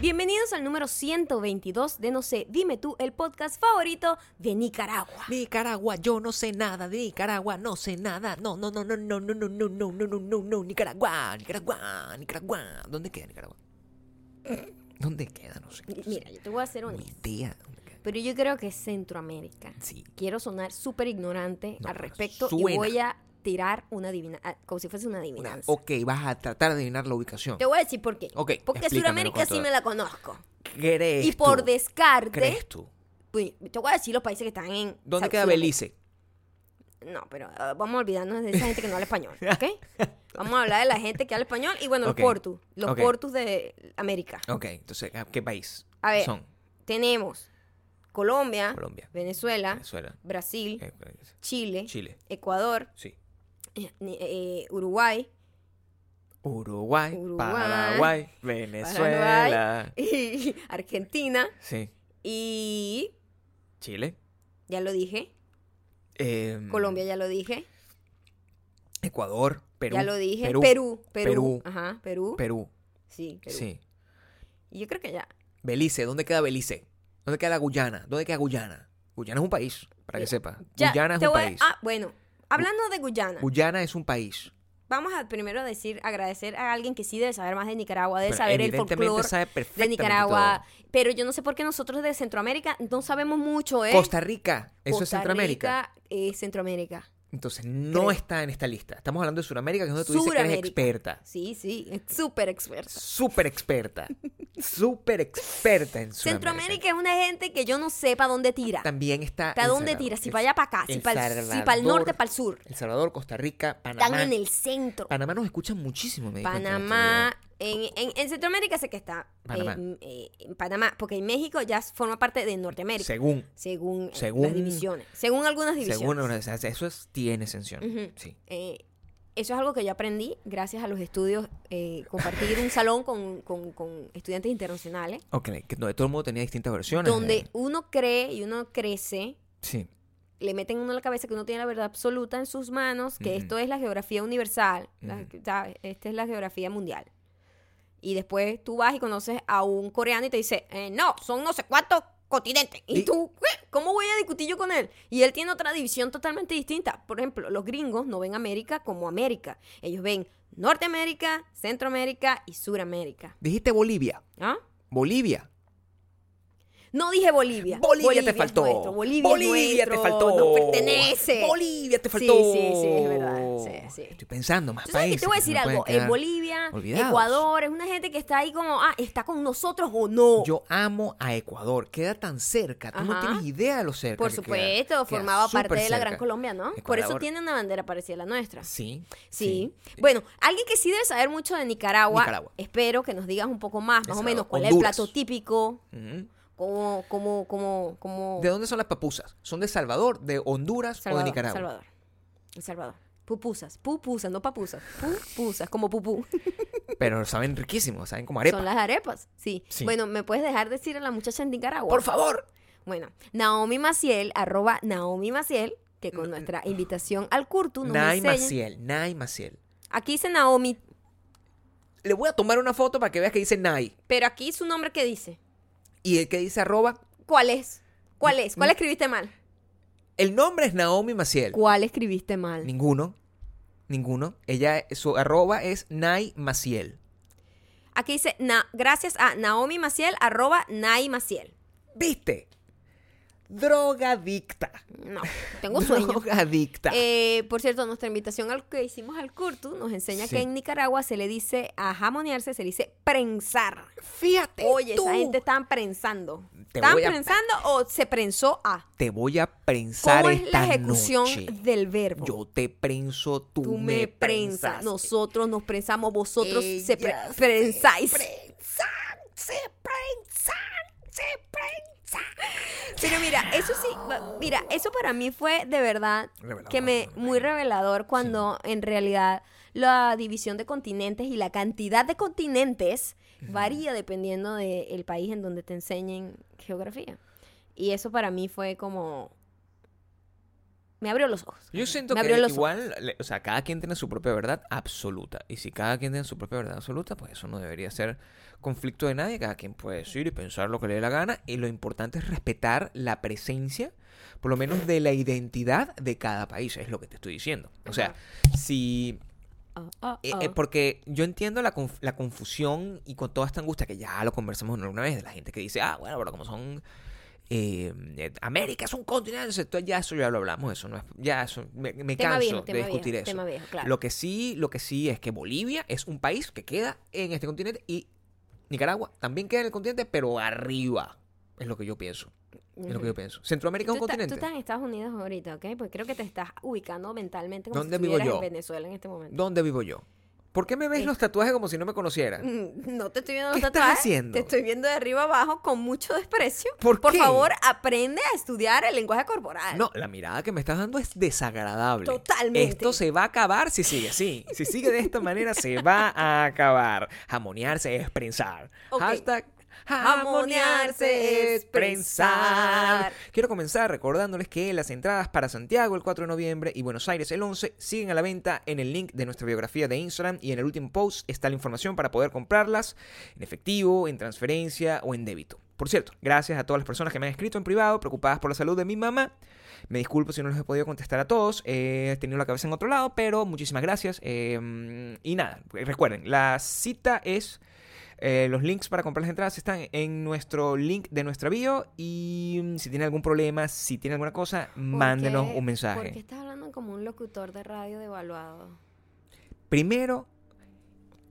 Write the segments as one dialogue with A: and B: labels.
A: Bienvenidos al número 122 de No sé, dime tú, el podcast favorito de Nicaragua.
B: Nicaragua, yo no sé nada de Nicaragua, no sé nada. No, no, no, no, no, no, no, no, no, no, no, no, no, Nicaragua, Nicaragua, Nicaragua. ¿Dónde queda Nicaragua? ¿Dónde queda? No sé. no sé.
A: Mira, yo te voy a hacer un...
B: Ni idea. de dónde queda.
A: Pero yo creo que es Centroamérica.
B: Sí.
A: Quiero sonar súper ignorante
B: No,
A: al
B: pero
A: respecto y
B: suena.
A: voy a tirar una adivinanza, como si fuese una
B: Una-
A: adivinanza.
B: Ok, vas a tratar de adivinar la ubicación.
A: Te voy a decir por qué.
B: Ok,
A: Porque
B: explícamelo
A: Sudamérica
B: con
A: sí
B: toda-
A: me la conozco.
B: ¿Crees
A: Y por
B: tú?
A: descarte,
B: ¿Crees tú?
A: pues, te voy a decir los países que están en...
B: ¿Dónde
A: Sud-
B: queda
A: Sudamérica.
B: Belice?
A: No, pero ah, vamos a olvidarnos de esa gente que no habla español, ¿ok? Vamos a hablar de la gente que habla español y bueno,
B: Ok.
A: los portus, los
B: Ok.
A: portus de América.
B: Ok, entonces, ¿a ¿qué país
A: A ver. Ah,
B: son?
A: Tenemos Colombia,
B: Colombia,
A: Venezuela,
B: Venezuela,
A: Brasil,
B: eh, eh,
A: Chile,
B: Chile,
A: Ecuador,
B: sí.
A: eh, eh, Uruguay,
B: Uruguay,
A: Uruguay,
B: Paraguay, Venezuela,
A: y Argentina
B: sí,
A: y
B: Chile,
A: ya lo dije,
B: em,
A: Colombia ya lo dije,
B: Ecuador, Perú.
A: ya lo dije,
B: Perú.
A: Perú, Perú,
B: Perú.
A: ajá, Perú,
B: Perú,
A: sí, Perú.
B: sí.
A: Y yo creo que ya.
B: Belice, ¿dónde queda Belice? ¿Dónde queda la Guyana? ¿Dónde queda Guyana? Guyana es un país, para que
A: Ya,
B: sepa.
A: ya,
B: Guyana es
A: te
B: un
A: voy a-
B: país.
A: Ah, bueno, hablando de Guyana.
B: Guyana es un país.
A: Vamos a primero decir, agradecer a alguien que sí debe saber más de Nicaragua, debe
B: Pero
A: saber el
B: evidentemente
A: folclore
B: sabe
A: de
B: perfectamente
A: Nicaragua. Pero yo no sé por qué nosotros de Centroamérica no sabemos mucho, ¿eh?
B: Costa Rica, eso es
A: Costa
B: Centroamérica.
A: Rica es Centroamérica.
B: Entonces no
A: Creo.
B: está en esta lista. Estamos hablando de Sudamérica, que es donde tú dices que eres
A: Suramérica.
B: experta.
A: Sí, sí, es súper experta.
B: Súper experta. Súper experta en Sudamérica.
A: Centroamérica es una gente que yo no sé para dónde tira.
B: También está.
A: ¿Para
B: El
A: dónde
B: Salvador.
A: tira? Si
B: El-
A: para allá, para acá. Si
B: El
A: para el,
B: Salvador,
A: norte, para el sur.
B: El Salvador, Costa Rica, Panamá.
A: Están en el centro.
B: Panamá nos escuchan muchísimo, me di cuenta el otro
A: Panamá.
B: día.
A: En, en- en Centroamérica sé que está. eh,
B: Panamá.
A: m- eh, en Panamá. Porque en México ya forma parte de Norteamérica.
B: Según.
A: Según, eh,
B: Según-
A: las divisiones. Según algunas divisiones.
B: Según. o sea, Eso es, tiene exención.
A: Ujú.
B: Sí.
A: Eh, eso es algo que yo aprendí gracias a los estudios, eh, compartir un salón con, con- con estudiantes internacionales,
B: Ok, que donde todo el mundo tenía distintas versiones.
A: donde
B: de-
A: uno cree y uno crece,
B: Sí.
A: le meten uno en la cabeza que uno tiene la verdad absoluta en sus manos, que
B: Ujú.
A: esto es la geografía universal, la-
B: Ujú.
A: ¿sabes? Esta es la geografía mundial. Y después tú vas y conoces a un coreano y te dice, eh, no, son no sé cuántos continentes. Y,
B: Y-
A: tú, ¿qué? ¿cómo voy a discutir yo con él? Y él tiene otra división totalmente distinta. Por ejemplo, los gringos no ven América como América. Ellos ven Norteamérica, Centroamérica y Suramérica.
B: Dijiste Bolivia.
A: ¿Ah?
B: Bolivia.
A: No dije Bolivia.
B: Bolivia,
A: es
B: te faltó.
A: nuestro, Bolivia, es
B: te
A: nuestro,
B: faltó.
A: No pertenece.
B: Bolivia te
A: Sí,
B: faltó. Este
A: sí, sí, es verdad. Sí, sí.
B: Estoy pensando más
A: Tú sabes que
B: países.
A: te voy a
B: se
A: decir
B: me
A: algo.
B: pueden
A: En
B: quedar.
A: Bolivia,
B: olvidados.
A: Ecuador, es una gente que está ahí como, ah, ¿está con nosotros o no?
B: Yo amo a Ecuador. Queda tan cerca. Tú no
A: Ajá.
B: tienes idea de lo cerca.
A: Por
B: que queda.
A: supuesto,
B: Queda
A: formaba
B: súper
A: parte de la Gran
B: cerca.
A: Colombia, ¿no? Por eso
B: Ecuador.
A: tiene una bandera parecida a la nuestra. Sí.
B: Sí.
A: Bueno, alguien que sí debe saber mucho de Nicaragua,
B: Nicaragua.
A: espero que nos digas un poco más, más o
B: Nicaragua.
A: menos, cuál
B: Honduras.
A: es el plato típico,
B: Ujú.
A: cómo, cómo, cómo, cómo...
B: ¿De dónde son las papusas? ¿Son de Salvador, de Honduras
A: Oh. Salvador,
B: o de Nicaragua?
A: Salvador. El Salvador. Pupusas, pupusas, no papusas, pupusas, como pupú.
B: Pero saben riquísimo, saben como arepa.
A: Son las arepas, sí.
B: Sí.
A: Bueno, ¿me puedes dejar decir a la muchacha en Nicaragua?
B: Por favor.
A: Bueno, Naomi Maciel, arroba Naomi Maciel, que con nuestra invitación al Curtu nos
B: Mm. Nay
A: enseña-
B: Maciel, Nay Maciel.
A: Aquí dice Naomi,
B: Le voy a tomar una foto para que veas que dice Nay.
A: pero aquí su nombre que dice.
B: Y el que dice arroba,
A: ¿Cuál es? ¿Cuál es? ¿Cuál escribiste mal?
B: el nombre es Naomi Maciel.
A: ¿Cuál escribiste mal?
B: Ninguno. Ninguno. Ella, su arroba es Nay Maciel.
A: Aquí dice, na- gracias a Naomi Maciel, arroba Nay Maciel.
B: ¿Viste? Drogadicta.
A: No, tengo sueño.
B: Drogadicta.
A: Eh, por cierto, nuestra invitación al que hicimos al Curtu nos enseña
B: Sí.
A: que en Nicaragua se le dice a jamonearse, se le dice prensar.
B: Fíjate
A: Oye,
B: tú.
A: esa gente estaban prensando.
B: uh. Te
A: ¿Están
B: voy a-
A: prensando o se prensó a?
B: Te voy a prensar
A: ¿Cómo es
B: esta
A: la ejecución
B: noche.
A: del verbo?
B: Yo te prenso, tú,
A: Oh. Tú me prensas, nosotros nos prensamos, vosotros se pre-
B: Ellas
A: prensáis.
B: Se prensan, se prensan, se prensan.
A: Pero mira, eso sí, va- mira, eso para mí fue de verdad
B: Revelador,
A: que me
B: ¿no?
A: muy revelador cuando en realidad la división de continentes y la cantidad de continentes varía dependiendo del país en donde te enseñen geografía. Y eso para mí fue como Me abrió los ojos.
B: Yo siento
A: Me
B: que
A: abrió los
B: igual, le- o sea, cada quien tiene su propia verdad absoluta. Y si cada quien tiene su propia verdad absoluta, pues eso no debería ser conflicto de nadie. Cada quien puede decir y pensar lo que le dé la gana. Y lo importante es respetar la presencia, por lo menos de la identidad de cada país. Es lo que te estoy diciendo. O sea, si
A: Ah, ah,
B: eh,
A: ah.
B: eh, porque yo entiendo la, conf- la confusión y con toda esta angustia que ya lo conversamos alguna vez de la gente que dice, ah, bueno, pero como son... eh, eh, América es un continente, entonces, ya eso ya lo hablamos, eso no es, ya eso, me, me
A: Tema
B: canso
A: viejo,
B: de
A: tema viejo,
B: discutir eso.
A: tema viejo, claro.
B: Lo que sí, lo que sí es que Bolivia es un país que queda en este continente y Nicaragua también queda en el continente, pero arriba es lo que yo pienso, es lo que yo pienso. Centroamérica es un
A: Tú, estás- tú
B: continente.
A: estás en Estados Unidos ahorita, ¿ok? Pues creo que te estás ubicando mentalmente como
B: ¿Dónde
A: si
B: vivo
A: estuvieras
B: yo?
A: en Venezuela en este momento.
B: ¿Dónde vivo yo? ¿Por qué me ves los tatuajes como si no me conociera?
A: Eh, Mm, No te estoy viendo los
B: ¿Qué estás
A: tatuajes,
B: haciendo?
A: Te estoy viendo de arriba abajo con mucho desprecio.
B: ¿Por qué?
A: favor, aprende a estudiar el lenguaje corporal.
B: No, la mirada que me estás dando es desagradable.
A: Totalmente.
B: Esto se va a acabar si sigue así. Si sigue de esta manera, se va a acabar. Jamonearse es prensar.
A: Ok.
B: Hashtag
A: Jamonearse es prensar.
B: Quiero comenzar recordándoles que las entradas para Santiago el 4 de noviembre y Buenos Aires el 11 siguen a la venta en el link de nuestra biografía de Instagram y en el último post está la información para poder comprarlas en efectivo, en transferencia o en débito. Por cierto, gracias a todas las personas que me han escrito en privado preocupadas por la salud de mi mamá. Me disculpo si no les he podido contestar a todos. eh, He tenido la cabeza en otro lado, pero muchísimas gracias. eh, y nada, recuerden, la cita es... Eh, los links para comprar las entradas están en nuestro link de nuestra bio. Y mm, si tienen algún problema, si tienen alguna cosa,
A: ¿Por
B: mándenos
A: qué-
B: un
A: ¿Por qué
B: mensaje.
A: estás hablando como un locutor de radio devaluado?
B: Primero,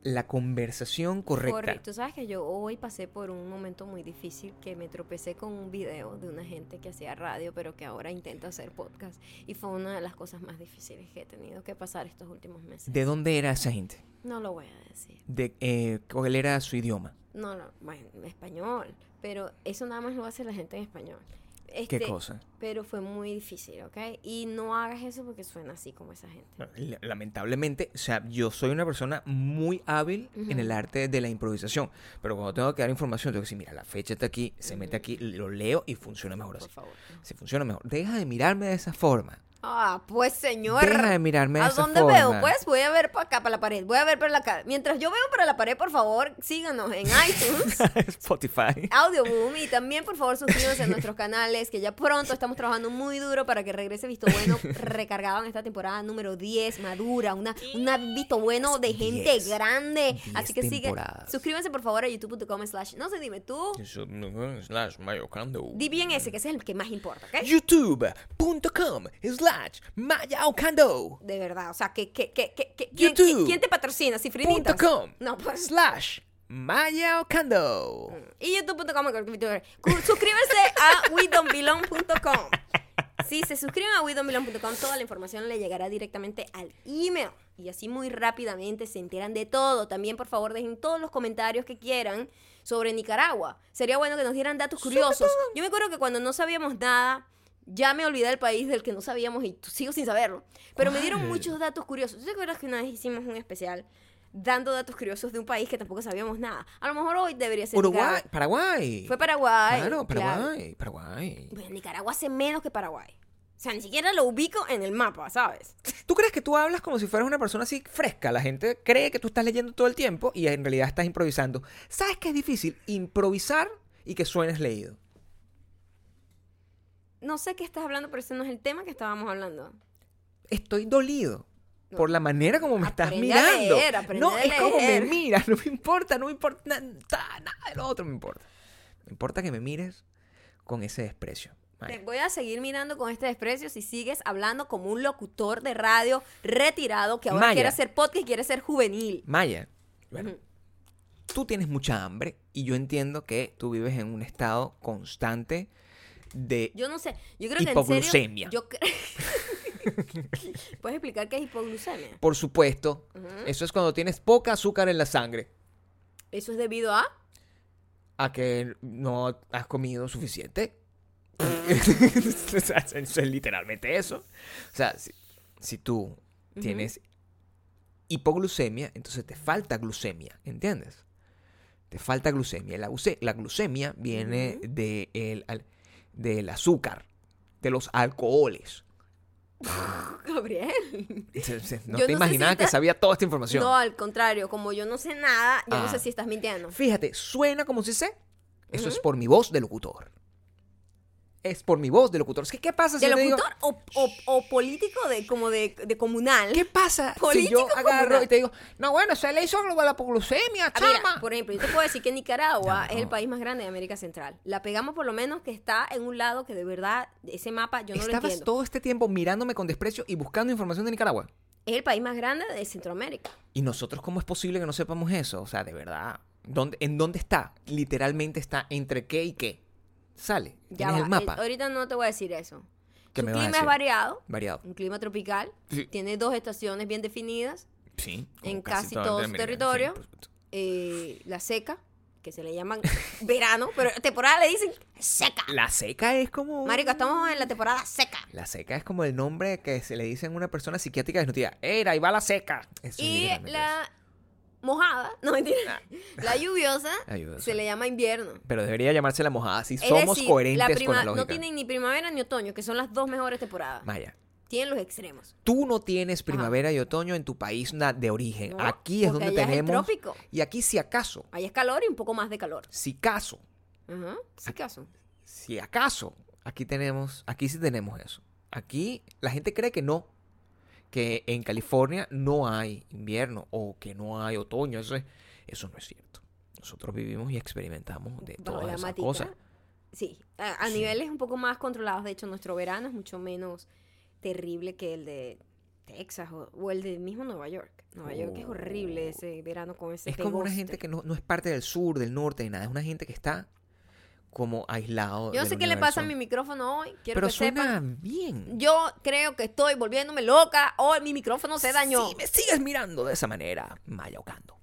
B: la conversación correcta.
A: Correcto. Tú sabes que yo hoy pasé por un momento muy difícil que me tropecé con un video de una gente que hacía radio, pero que ahora intenta hacer podcast. Y fue una de las cosas más difíciles que he tenido que pasar estos últimos meses.
B: ¿De dónde era esa gente?
A: No lo voy a decir.
B: ¿De eh, cuál era su idioma?
A: No, no, bueno, en español. Pero eso nada más lo hace la gente en español.
B: ¿Qué
A: Este,
B: cosa?
A: Pero fue muy difícil, ¿ok? Y no hagas eso porque suena así como esa gente.
B: Bueno, la- Lamentablemente, o sea, yo soy una persona muy hábil en el arte de la improvisación, pero cuando tengo que dar información, tengo que decir, mira, la fecha está aquí, se mete aquí, lo leo y funciona mejor así.
A: Por favor. no.
B: Se funciona mejor. Deja de mirarme de esa forma.
A: Ah, pues señor.
B: Deja de mirarme de
A: ¿A
B: esa
A: dónde
B: forma.
A: veo? Pues voy a ver para acá, para la pared. Voy a ver para la cara. Mientras yo veo para la pared, por favor, síganos en iTunes,
B: Spotify.
A: Audioboom y también, por favor, suscríbanse a nuestros canales, que ya pronto estamos trabajando muy duro para que regrese Visto Bueno recargado en esta temporada número 10, madura, una, una Visto Bueno de gente
B: 10.
A: grande.
B: 10
A: Así que sigue.
B: temporadas.
A: Suscríbanse, por favor, a youtube.com slash, no sé, dime tú.
B: Slash Mayo Kando.
A: Di bien ese, que ese es el que más importa, ¿ok?
B: YouTube.com slash Mayo Kando.
A: De verdad, o sea, que, que, que, que, que- ¿quién,
B: YouTube.
A: quién- quién te patrocina? Cifrinitas.
B: .com
A: No, pues. Mm,
B: slash Mayo Kando.
A: Y youtube.com. Cu- Suscríbanse a WeDon'tBelong.com. Si se suscriben a WeDon'tBelong.com, toda la información le llegará directamente al email. Y así muy rápidamente se enteran de todo. También, por favor, dejen todos los comentarios que quieran sobre Nicaragua. Sería bueno que nos dieran datos curiosos. Yo me acuerdo que cuando no sabíamos nada, ya me olvidé del país del que no sabíamos y t- sigo sin saberlo. Pero me dieron
B: ¿Cuál?
A: muchos datos curiosos. ¿Tú te acuerdas que una vez hicimos un especial dando datos curiosos de un país que tampoco sabíamos nada? A lo mejor hoy debería ser
B: Uruguay,
A: Nicaragua.
B: Paraguay.
A: Fue Paraguay. claro.
B: Claro, Paraguay, Paraguay.
A: Bueno, Nicaragua hace menos que Paraguay. O sea, ni siquiera lo ubico en el mapa, ¿sabes?
B: ¿Tú crees que tú hablas como si fueras una persona así fresca? La gente cree que tú estás leyendo todo el tiempo y en realidad estás improvisando. ¿Sabes qué es difícil? Improvisar y que suenes leído.
A: No sé qué estás hablando, pero ese no es el tema que estábamos hablando.
B: Estoy dolido. Por la manera como me estás
A: Aprende a
B: mirando.
A: leer, aprende
B: no,
A: a
B: es como me
A: leer.
B: miras, no me importa, no me importa na- ta- nada, de lo otro me importa. Me importa que me mires con ese desprecio. Maya.
A: Te voy a seguir mirando con este desprecio si sigues hablando como un locutor de radio retirado que ahora
B: Maya.
A: quiere hacer podcast y quiere ser juvenil.
B: Maya, bueno, tú tienes mucha hambre y yo entiendo que tú vives en un estado constante de
A: Yo no sé. Yo creo que
B: Hipoglucemia.
A: en serio. Yo cre- ¿Puedes explicar qué es hipoglucemia?
B: Por supuesto. Eso es cuando tienes poca azúcar en la sangre.
A: Eso es debido a.
B: A que no has comido suficiente. O sea, eso es literalmente eso. O sea, si, si tú tienes hipoglucemia, entonces te falta glucemia, ¿entiendes? Te falta glucemia. La, gluce- la glucemia viene de el al- del azúcar, de los alcoholes.
A: Gabriel.
B: Se- se-
A: Yo
B: No
A: no sé si
B: te imaginaba que
A: está-
B: sabía toda esta información.
A: No, al contrario, como yo no sé nada, yo no
B: Ah.
A: sé si estás mintiendo.
B: Fíjate, suena como si sé. Eso es por mi voz de locutor. Es por mi voz de locutor. Es que, ¿qué pasa si
A: ¿De
B: yo te digo-
A: locutor o, o- o político de como de, de comunal?
B: ¿Qué pasa si
A: Político
B: yo agarro
A: comunal.
B: y te digo, no, bueno, se le hizo la glucemia,
A: Ah, mira,
B: chama?
A: por ejemplo, yo te puedo decir que Nicaragua
B: No,
A: es el
B: no.
A: país más grande de América Central. La pegamos por lo menos que está en un lado que de verdad ese mapa yo no lo
B: Estabas
A: entiendo.
B: todo este tiempo mirándome con desprecio y buscando información de Nicaragua.
A: Es el país más grande de Centroamérica.
B: ¿Y nosotros cómo es posible que no sepamos eso? O sea, de verdad. ¿Dónde, ¿En dónde está? Literalmente está entre qué y qué. Sale.
A: Ya
B: Tienes
A: va,
B: el mapa.
A: eh, ahorita no te voy a decir eso.
B: ¿Qué
A: Su
B: me vas
A: clima
B: a
A: es
B: decir?
A: variado,
B: Variado.
A: un clima tropical,
B: Sí.
A: tiene dos estaciones bien definidas,
B: Sí.
A: como En casi casi todo todo su América, territorio. sí, por eh, la seca, que se le llaman verano, pero temporada le dicen seca.
B: la seca es como.
A: Marico, estamos en la temporada seca.
B: La seca es como el nombre que se le dice a una persona psiquiátrica desnutrida. ¡Era, ahí va la seca! Eso es
A: Y
B: literalmente eso.
A: la mojada, no mentira, la lluviosa,
B: Ah. La lluviosa.
A: se le llama invierno.
B: Pero debería llamarse la mojada si
A: Es
B: somos
A: decir,
B: coherentes
A: la
B: con la
A: prima-
B: lógica.
A: No tienen ni primavera ni otoño, que son las dos mejores temporadas.
B: Maya,
A: Tienen los extremos.
B: tú no tienes primavera y otoño en tu país na- de origen.
A: No,
B: eh, aquí es
A: porque
B: donde
A: allá es el
B: tenemos.
A: trópico.
B: Y aquí, si acaso,
A: Ahí es calor y un poco más de calor.
B: si acaso,
A: Ajá. ¿Sí caso?
B: si acaso, aquí tenemos, aquí sí tenemos eso. Aquí la gente cree que no, que en California no hay invierno o que no hay otoño, eso es, eso no es cierto. Nosotros vivimos y experimentamos de
A: Bajo
B: Eh, todas
A: la
B: esas
A: matica.
B: cosas.
A: Sí, a, a
B: Sí.
A: niveles un poco más controlados. De hecho, nuestro verano es mucho menos terrible que el de Texas o, o el de mismo Nueva York. Nueva York es horrible ese verano con ese
B: Oh. Es como una
A: pegoste.
B: gente que no, no es parte del sur, del norte, ni nada, es una gente que está como aislado.
A: Yo no
B: del
A: sé qué le pasa a mi
B: universo.
A: micrófono hoy. Quiero
B: Pero
A: que
B: suena
A: sepan.
B: bien.
A: Yo creo que estoy volviéndome loca. Hoy mi micrófono se dañó.
B: Si me sigues mirando de esa manera, Maya Ocando.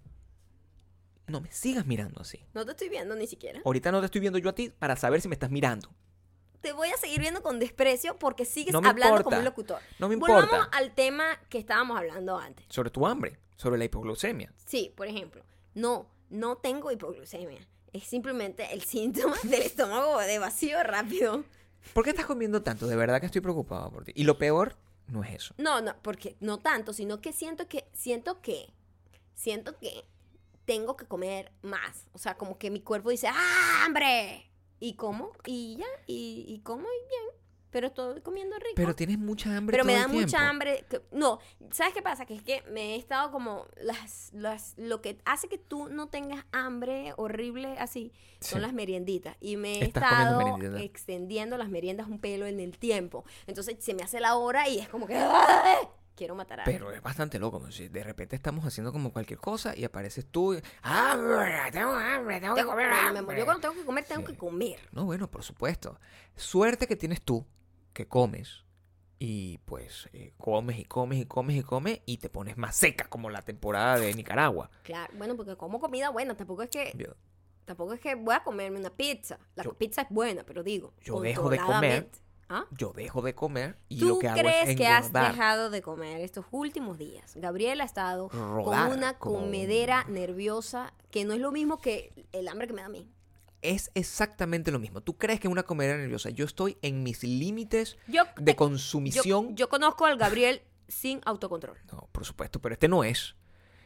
B: No me sigas mirando así.
A: No te estoy viendo ni siquiera.
B: Ahorita no te estoy viendo yo a ti para saber si me estás mirando.
A: Te voy a seguir viendo con desprecio porque sigues
B: No me
A: hablando como
B: importa.
A: un locutor.
B: No me
A: Volvamos
B: importa.
A: al tema que estábamos hablando antes.
B: Sobre tu hambre, sobre la hipoglucemia.
A: Sí, por ejemplo, no, no tengo hipoglucemia. Es simplemente el síntoma del estómago de vacío rápido.
B: ¿Por qué estás comiendo tanto? De verdad que estoy preocupado por ti. Y lo peor no es eso.
A: No, no, porque no tanto, sino que siento que, siento que, siento que tengo que comer más. O sea, como que mi cuerpo dice, ¡Ah, hambre! Y como, y ya, y, y como, y bien. Pero estoy comiendo rico.
B: Pero tienes mucha hambre.
A: Pero me
B: todo
A: da
B: el tiempo.
A: mucha hambre. que- No, ¿sabes qué pasa? Que es que me he estado como. Las, las, lo que hace que tú no tengas hambre horrible así son
B: Sí.
A: las merienditas. Y me he
B: Estás comiendo
A: estado
B: merienditas.
A: extendiendo las meriendas un pelo en el tiempo. Entonces se me hace la hora y es como que. ¡ah! Quiero matar a alguien.
B: Pero es bastante loco. como si De repente estamos haciendo como cualquier cosa y apareces tú. y, ¡Hambre! Tengo hambre, tengo que
A: Tengo-
B: comer.
A: bueno, mi amor,
B: hambre".
A: yo cuando tengo que comer, tengo
B: Sí.
A: que comer.
B: No, bueno, por supuesto. Suerte que tienes tú, que comes. Y pues eh, comes y comes y comes y comes y te pones más seca como la temporada de Nicaragua.
A: Claro, bueno, porque como comida buena, tampoco es que.
B: Yo-
A: Tampoco es que voy a comerme una pizza. La
B: Yo-
A: pizza es buena, pero digo.
B: yo dejo de comer.
A: controladamente. ¿Ah?
B: yo dejo de comer y
A: ¿Tú
B: lo que hago
A: crees
B: es
A: que has
B: engordar.
A: dejado de comer estos últimos días? Gabriel ha estado
B: Rodar,
A: con una
B: como un-
A: comedera nerviosa que no es lo mismo que el hambre que me da a mí.
B: Es exactamente lo mismo. Tú crees que es una comedera nerviosa. Yo estoy en mis límites
A: Yo,
B: de
A: yo,
B: consumición.
A: yo conozco al Gabriel sin autocontrol.
B: No, por supuesto, pero este no es.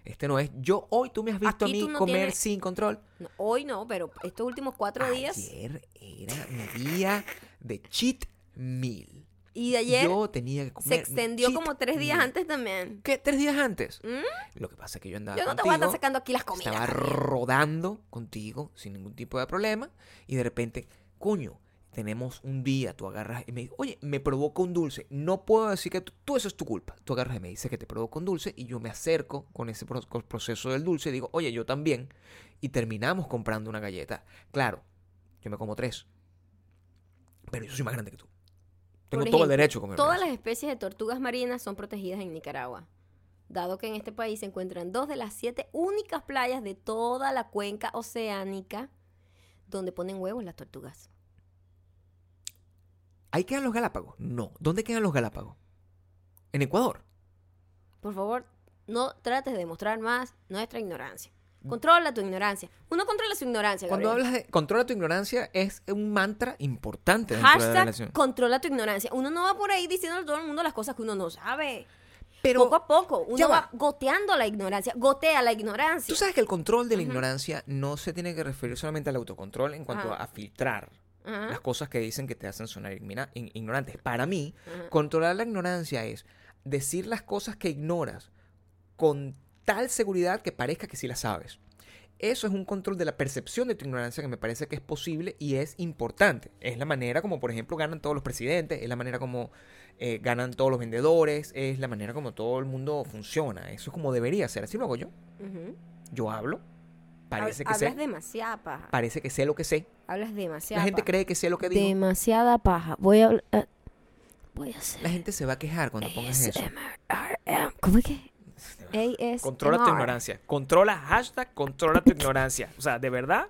B: Este no es. Yo hoy tú me has visto
A: Aquí
B: a
A: tú
B: mí
A: no
B: comer
A: tienes-
B: sin control.
A: No, hoy no, pero estos últimos cuatro días
B: Ayer era mi día de cheat meal.
A: y de ayer
B: Yo tenía que comer.
A: se
B: mi
A: extendió
B: cheat
A: como tres días
B: meal.
A: antes también.
B: ¿Qué? ¿Tres días antes?
A: ¿Mm?
B: Lo que pasa es que yo andaba
A: Yo no te voy a estar
B: contigo,
A: sacando aquí las comidas.
B: Estaba
A: Gabriel.
B: rodando contigo sin ningún tipo de problema y de repente, coño, tenemos un día, tú agarras y me dices, oye, me provoca un dulce. No puedo decir que tú, tú eso es tu culpa. Tú agarras y me dices que te provoca un dulce y yo me acerco con ese pro- con el proceso del dulce y digo, oye, yo también. Y terminamos comprando una galleta. Claro, yo me como tres. Pero yo soy más grande que tú.
A: Por
B: Tengo todo el
A: ejemplo,
B: derecho a comer.
A: Todas las especies de tortugas marinas son protegidas en Nicaragua, dado que en este país se encuentran dos de las siete únicas playas de toda la cuenca oceánica donde ponen huevos las tortugas.
B: ¿Ahí quedan los Galápagos? No. ¿Dónde quedan los Galápagos? En Ecuador.
A: Por favor, no trates de demostrar más nuestra ignorancia. Controla tu ignorancia. Uno controla su ignorancia.
B: Cuando
A: Gabriel.
B: hablas de controla tu ignorancia, es un mantra importante dentro de la relación.
A: Hashtag controla tu ignorancia. Uno no va por ahí diciéndole a todo el mundo las cosas que uno no sabe.
B: Pero
A: poco a poco, uno
B: ya
A: va.
B: va.
A: goteando la ignorancia, gotea la ignorancia.
B: tú sabes que el control de la ignorancia no se tiene que referir solamente al autocontrol en cuanto
A: Ajá.
B: a filtrar
A: Ajá.
B: las cosas que dicen que te hacen sonar igmina- in- ignorantes. Para mí, controlar la ignorancia es decir las cosas que ignoras con tal seguridad que parezca que sí las sabes. Eso es un control de la percepción de tu ignorancia que me parece que es posible y es importante. Es la manera como, por ejemplo, ganan todos los presidentes, es la manera como eh, ganan todos los vendedores, es la manera como todo el mundo funciona. Eso es como debería ser. Así lo hago yo.
A: Ujú.
B: Yo hablo, parece
A: Hab-
B: que sé,
A: Hablas demasiada paja.
B: parece que sé lo que sé.
A: Hablas demasiada
B: La gente
A: paja.
B: cree que sé lo que digo.
A: Demasiada paja. Voy a habl- eh, voy a hacer
B: La gente se va a quejar cuando pongas eso.
A: ASMRM. ¿Cómo es que? ASMR.
B: Controla tu ignorancia. Controla hashtag, controla tu ignorancia. O sea, de verdad,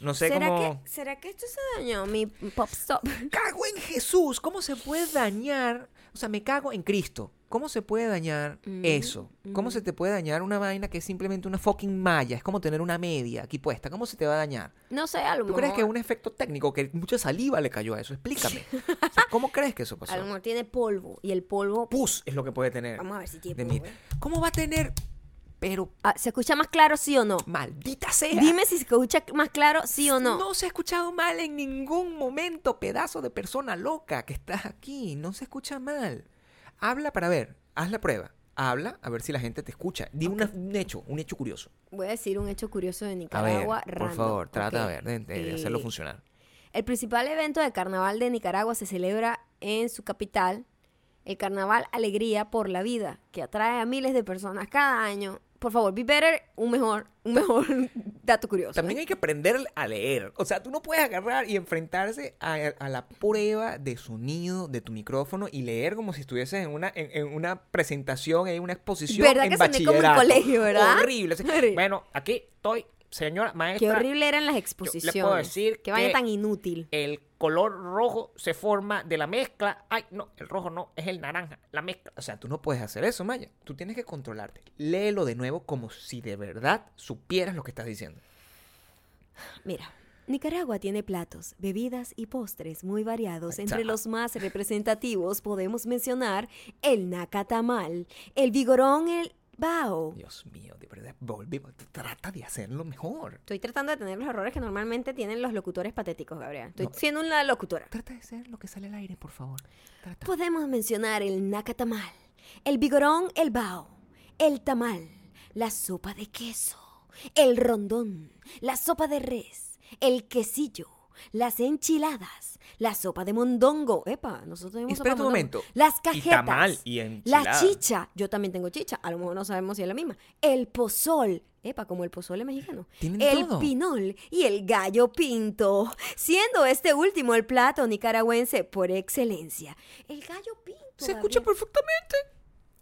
B: no sé
A: ¿Será,
B: cómo.
A: que, ¿Será que esto se dañó mi pop stop?
B: ¡Cago en Jesús! ¿Cómo se puede dañar? O sea, me cago en Cristo. ¿Cómo se puede dañar
A: Mm,
B: eso? ¿Cómo se te puede dañar una vaina que es simplemente una fucking malla? Es como tener una media aquí puesta. ¿Cómo se te va a dañar?
A: No sé, a lo
B: ¿Tú
A: mejor.
B: crees que es un efecto técnico que mucha saliva le cayó a eso? Explícame. O sea, ¿Cómo crees que eso pasó?
A: A lo mejor tiene polvo. Y el polvo.
B: Pus es lo que puede tener.
A: Vamos a ver si tiene
B: De
A: polvo.
B: mí.
A: ¿eh?
B: ¿Cómo va a tener? Pero
A: Ah, ¿Se escucha más claro, sí o no?
B: maldita sea.
A: Dime si se escucha más claro, sí o no.
B: se ha escuchado mal en ningún momento, pedazo de persona loca que estás aquí. No se escucha mal. Habla para ver. Haz la prueba. Habla a ver si la gente te escucha. Di una- un hecho, un hecho curioso.
A: Voy a decir un hecho curioso de
B: A ver,
A: Nicaragua.
B: por
A: random,
B: favor, trata
A: ¿ok?
B: a ver, de, de- de
A: Eh,
B: hacerlo funcionar.
A: El principal evento de carnaval de Nicaragua se celebra en su capital, el Carnaval Alegría por la Vida, que atrae a miles de personas cada año. Por favor, be better, un mejor, un mejor dato curioso.
B: También
A: ¿eh?
B: hay que aprender a leer. O sea, tú no puedes agarrar y enfrentarse a, a la prueba de sonido de tu micrófono y leer como si estuvieses en una, en, en una presentación, en una exposición
A: ¿Verdad
B: en
A: que soné como en
B: bachillerato.
A: colegio, verdad?
B: Horrible. O sea,
A: Horrible.
B: Bueno, aquí estoy, señora
A: Qué
B: maestra.
A: horrible eran las
B: puedo
A: exposiciones.
B: decir
A: Qué vaina
B: que-
A: tan inútil.
B: El color rojo se forma de la mezcla. Ay, no, el rojo no, es el naranja, la mezcla. O sea, tú no puedes hacer eso, Maya. Tú tienes que controlarte. Léelo de nuevo como si de verdad supieras lo que estás diciendo.
A: Mira, Nicaragua tiene platos, bebidas y postres muy variados.
B: Ahí
A: Entre
B: está.
A: los más representativos podemos mencionar el nacatamal, el vigorón, el bao.
B: Dios mío, de verdad, volvemos. Trata de hacerlo mejor.
A: Estoy tratando de tener los errores que normalmente tienen los locutores patéticos, Gabriel. Estoy
B: No.
A: siendo una locutora.
B: Trata de ser lo que sale al aire, por favor. Trata.
A: Podemos mencionar el nacatamal, el vigorón, el bao, el tamal, la sopa de queso, el rondón, la sopa de res, el quesillo, las enchiladas, la sopa de mondongo. Epa, nosotros tenemos sopa
B: Espera
A: de
B: un
A: mondongo.
B: momento.
A: Las
B: Y
A: cajetas.
B: tamal y
A: La
B: enchilada.
A: chicha. Yo también tengo chicha. A lo mejor no sabemos si es la misma. El pozol. Epa, como el pozole mexicano.
B: Tienen
A: el
B: todo.
A: pinol y el gallo pinto. Siendo este último el plato nicaragüense por excelencia. El gallo pinto.
B: Se escucha
A: Gabriel.
B: perfectamente.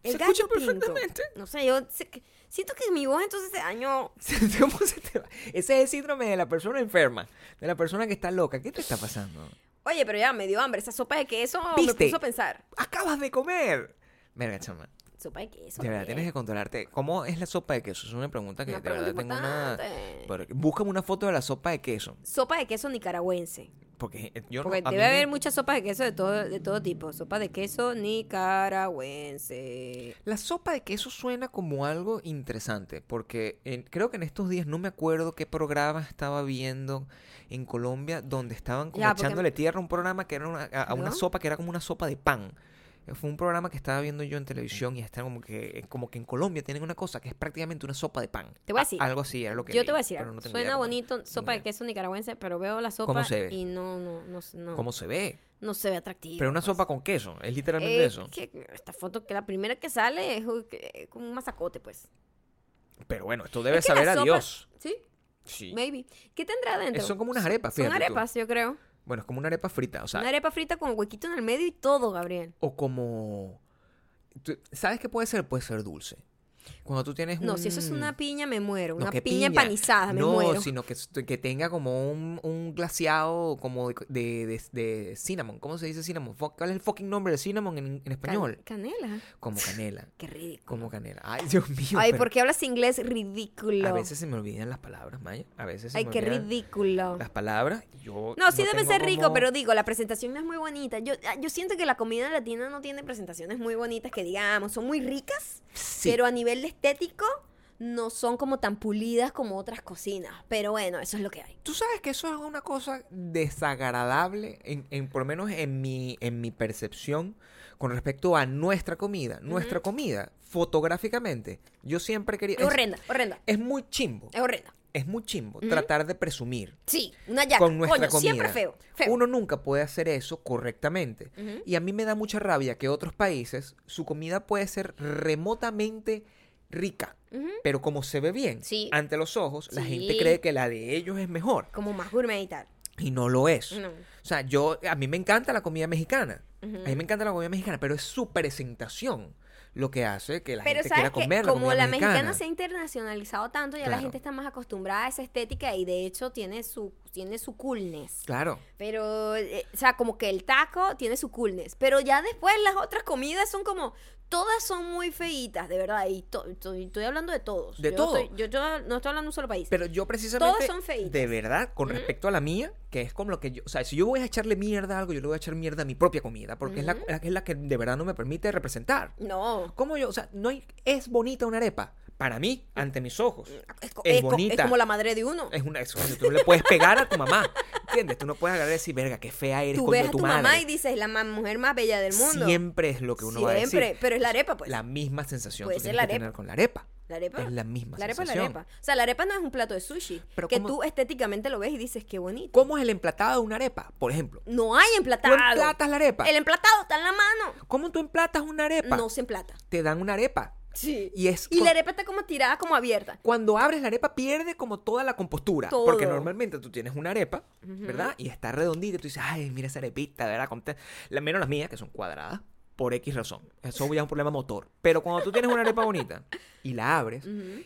A: El
B: se
A: gallo
B: escucha
A: pinto.
B: perfectamente.
A: No sé, yo sé que- siento que mi voz entonces este se dañó.
B: ¿Cómo se te va? Ese es el síndrome de la persona enferma, de la persona que está loca. ¿Qué te está pasando?
A: Oye, pero ya me dio hambre. Esa sopa de queso me
B: ¿Viste?
A: puso a pensar.
B: ¡Acabas de comer! Verga, chama.
A: Sopa de queso.
B: De verdad,
A: Gabriel.
B: tienes que controlarte. ¿Cómo es la sopa de queso? Es una pregunta que
A: Una
B: de verdad
A: pregunta
B: tengo una.
A: importante.
B: Pero Búscame una foto de la sopa de queso.
A: Sopa de queso nicaragüense.
B: Porque eh, yo no-
A: Porque
B: a mí
A: debe haber
B: me-
A: muchas sopas de queso de todo, de todo tipo. Sopa de queso nicaragüense.
B: La sopa de queso suena como algo interesante, porque en- creo que en estos días no me acuerdo qué programa estaba viendo en Colombia donde estaban como
A: Ya, porque-
B: echándole tierra a un programa que era una, a, a una
A: ¿No?
B: sopa que era como una sopa de pan. Eh, Fue un programa que estaba viendo yo en televisión y está como que eh, como que en Colombia tienen una cosa que es prácticamente una sopa de pan.
A: Te voy a
B: A-
A: decir.
B: algo así era lo que
A: Yo
B: vi,
A: te voy a decir,
B: pero
A: algo.
B: no tengo idea
A: suena
B: cómo-
A: bonito sopa de
B: idea.
A: queso nicaragüense, pero veo la sopa
B: ¿Cómo se ve?
A: y no, no, no, s- no,
B: cómo se ve.
A: no se ve atractivo.
B: Pero una
A: pues.
B: sopa con queso, es literalmente
A: Eh,
B: eso.
A: que esta foto que la primera que sale es uh, que- eh, como un masacote, pues.
B: Pero bueno, esto debe
A: Es que las
B: saber a
A: sopas-
B: Dios.
A: Sí,
B: Sí.
A: maybe. ¿Qué tendrá dentro?
B: Eh, Son como unas arepas,
A: Son
B: fíjate tú.
A: arepas, yo creo.
B: Bueno, es como una arepa frita, o sea,
A: Una arepa frita con huequito en el medio y todo, Gabriel.
B: O como... tú- ¿Sabes qué puede ser? Puede ser dulce. Cuando tú tienes
A: No, si eso es
B: un-
A: una piña, me muero.
B: No,
A: Una
B: ¿qué
A: piña, empanizada, me
B: no,
A: muero.
B: sino que, est- que tenga como un, un glaseado como de, de, de- de cinnamon. ¿Cómo se dice cinnamon? Fuck, ¿Cuál es el fucking nombre de cinnamon en, en
A: Can-
B: español?
A: canela.
B: Como canela.
A: Qué ridículo.
B: Como canela. Ay, Dios mío.
A: Ay,
B: pero
A: ¿por qué hablas inglés? Ridículo.
B: A veces se me olvidan las palabras, Maya. A veces se
A: Ay,
B: me
A: qué
B: olvidan
A: ridículo.
B: las palabras. Yo
A: No, sí debe
B: tengo
A: ser rico,
B: como-
A: pero digo, la presentación no es muy bonita. Yo, ah, yo siento que la comida latina no tiene presentaciones muy bonitas que digamos, son muy ricas,
B: Sí.
A: pero a nivel estético no son como tan pulidas como otras cocinas. Pero bueno, eso es lo que hay.
B: Tú sabes que eso es una cosa desagradable, en, en- por lo menos en mi, en mi percepción, con respecto a nuestra comida. Nuestra comida, fotográficamente, yo siempre quería...
A: Es horrenda, horrenda,
B: es muy chimbo,
A: es horrenda.
B: es muy chimbo tratar de presumir
A: Sí, una yaca.
B: con nuestra
A: Coño,
B: comida.
A: siempre feo, feo.
B: Uno nunca puede hacer eso correctamente. Y a mí me da mucha rabia que otros países, su comida puede ser remotamente rica, pero como se ve bien
A: Sí.
B: ante los ojos, la gente
A: Sí.
B: cree que la de ellos es mejor
A: Como más gourmet y tal.
B: y no lo es.
A: No.
B: O sea, yo a mí me encanta la comida mexicana. A mí me encanta la comida mexicana, pero es su presentación lo que hace que la
A: Pero
B: gente
A: sabes
B: quiera
A: que
B: comer la
A: como
B: comida
A: la
B: mexicana.
A: mexicana. se ha internacionalizado tanto, ya
B: Claro.
A: la gente está más acostumbrada a esa estética y de hecho tiene su, tiene su coolness.
B: Claro.
A: Pero, eh, o sea, como que el taco tiene su coolness. Pero ya después las otras comidas son como. Todas son muy feitas, de verdad. Y to- to- y estoy hablando de todos.
B: De
A: yo
B: todo.
A: estoy- yo, yo no estoy hablando de un solo país.
B: Pero yo precisamente
A: Todas son feitas.
B: de verdad con respecto a la mía, que es como lo que yo, o sea, si yo voy a echarle mierda a algo, yo le voy a echar mierda a mi propia comida, porque es la- la, es la que de verdad no me permite representar.
A: no.
B: ¿Cómo yo, o sea, no hay, es bonita una arepa para mí ante mis ojos.
A: Es, co-
B: Es
A: es co- es
B: bonita.
A: como la madre de uno.
B: Es una eso, tú no le puedes pegar a tu mamá, ¿entiendes? Tú no puedes agarrar y decir, "Verga, qué fea eres
A: Tú
B: coño de
A: ves a tu
B: madre."
A: mamá y dices, la ma- mujer más bella del mundo.
B: Siempre es lo que uno va a decir.
A: Siempre, pero es la arepa, pues.
B: la misma sensación
A: Puede
B: que
A: ser
B: tienes
A: la
B: que
A: arepa.
B: tener con la arepa.
A: La arepa
B: Es la misma
A: La arepa es la
B: sensación.
A: arepa. O sea, la arepa no es un plato de sushi.
B: Pero
A: que
B: ¿cómo-
A: tú estéticamente lo ves y dices, qué bonito.
B: ¿Cómo es el emplatado de una arepa, por ejemplo?
A: No hay emplatado.
B: ¿Tú emplatas la arepa?
A: El emplatado está en la mano.
B: ¿Cómo tú emplatas una arepa?
A: No se emplata.
B: Te dan una arepa.
A: Sí.
B: Y es
A: Y
B: co-
A: la arepa está como tirada, como abierta.
B: Cuando abres la arepa pierde como toda la compostura.
A: Todo.
B: Porque normalmente tú tienes una arepa, ¿verdad? Y está redondita y tú dices, ay, mira esa arepita, ¿verdad? Con te- La, menos las mías, que son cuadradas, por X razón. Eso ya es un problema motor. Pero cuando tú tienes una arepa bonita y la abres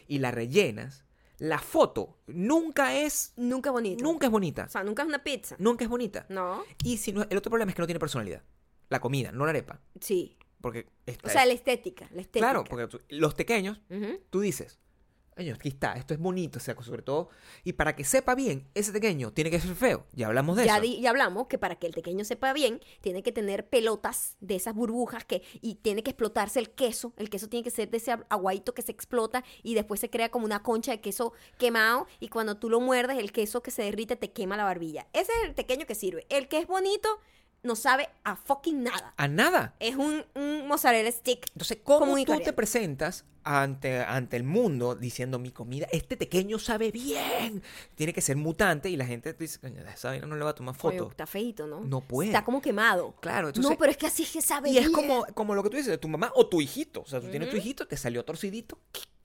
B: y la rellenas, la foto nunca es,
A: Nunca bonito.
B: nunca es bonita.
A: O sea, nunca es una pizza.
B: Nunca es bonita.
A: No.
B: Y si no, el otro problema es que no tiene personalidad. La comida, no la arepa.
A: Sí.
B: Porque está
A: O sea, la estética. La estética.
B: Claro, porque tú- los pequeños
A: Ujú.
B: tú dices, "Coño, aquí está, esto es bonito, o sea, sobre todo, y para que sepa bien, ese pequeño tiene que ser feo, ya hablamos de
A: Ya,
B: eso.
A: di- ya hablamos que para que el pequeño sepa bien, tiene que tener pelotas de esas burbujas que y tiene que explotarse el queso. El queso tiene que ser de ese ab- aguadito que se explota y después se crea como una concha de queso quemado y cuando tú lo muerdes, el queso que se derrite te quema la barbilla. Ese es el pequeño que sirve. El que es bonito no sabe a fucking nada.
B: A nada.
A: Es un, un mozzarella stick.
B: Entonces, ¿cómo
A: Común y
B: tú te
A: corriente.
B: presentas ante, ante el mundo diciendo mi comida, este pequeño sabe bien? Tiene que ser mutante y la gente te dice, coño, a esa vaina no le va a tomar
A: Oye,
B: foto.
A: está feito, ¿no?
B: No puede.
A: Está como quemado.
B: Claro, entonces-
A: No, pero es que así es que sabe.
B: Y es
A: bien.
B: como, como lo que tú dices, de tu mamá o tu hijito. O sea, tú tienes tu hijito, te salió torcidito.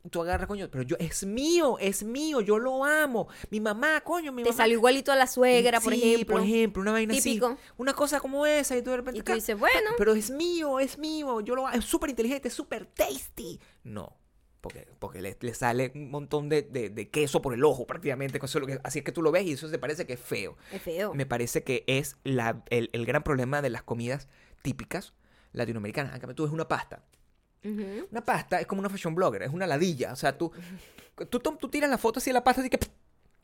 B: Tú agarras, coño, pero yo, es mío, es mío, yo lo amo. Mi mamá, coño, mi
A: Te
B: mamá.
A: salió igualito a la suegra, por
B: Sí,
A: ejemplo.
B: por ejemplo, una vaina así.
A: Típico.
B: Una cosa como esa y tú de repente...
A: Y tú
B: ca-
A: dices, bueno.
B: Pero es mío, es mío, yo lo... Es súper inteligente, es súper tasty. No, porque, porque le, le sale un montón de, de- de queso por el ojo prácticamente. con eso lo que- así es que tú lo ves y eso te parece que es feo.
A: Es feo.
B: Me parece que es la- el, el gran problema de las comidas típicas latinoamericanas. Acá tú ves una pasta.
A: Ujú.
B: Una pasta es como una fashion blogger, es una ladilla. O sea, tú, tú, tom- tú tiras la foto así de la pasta y que...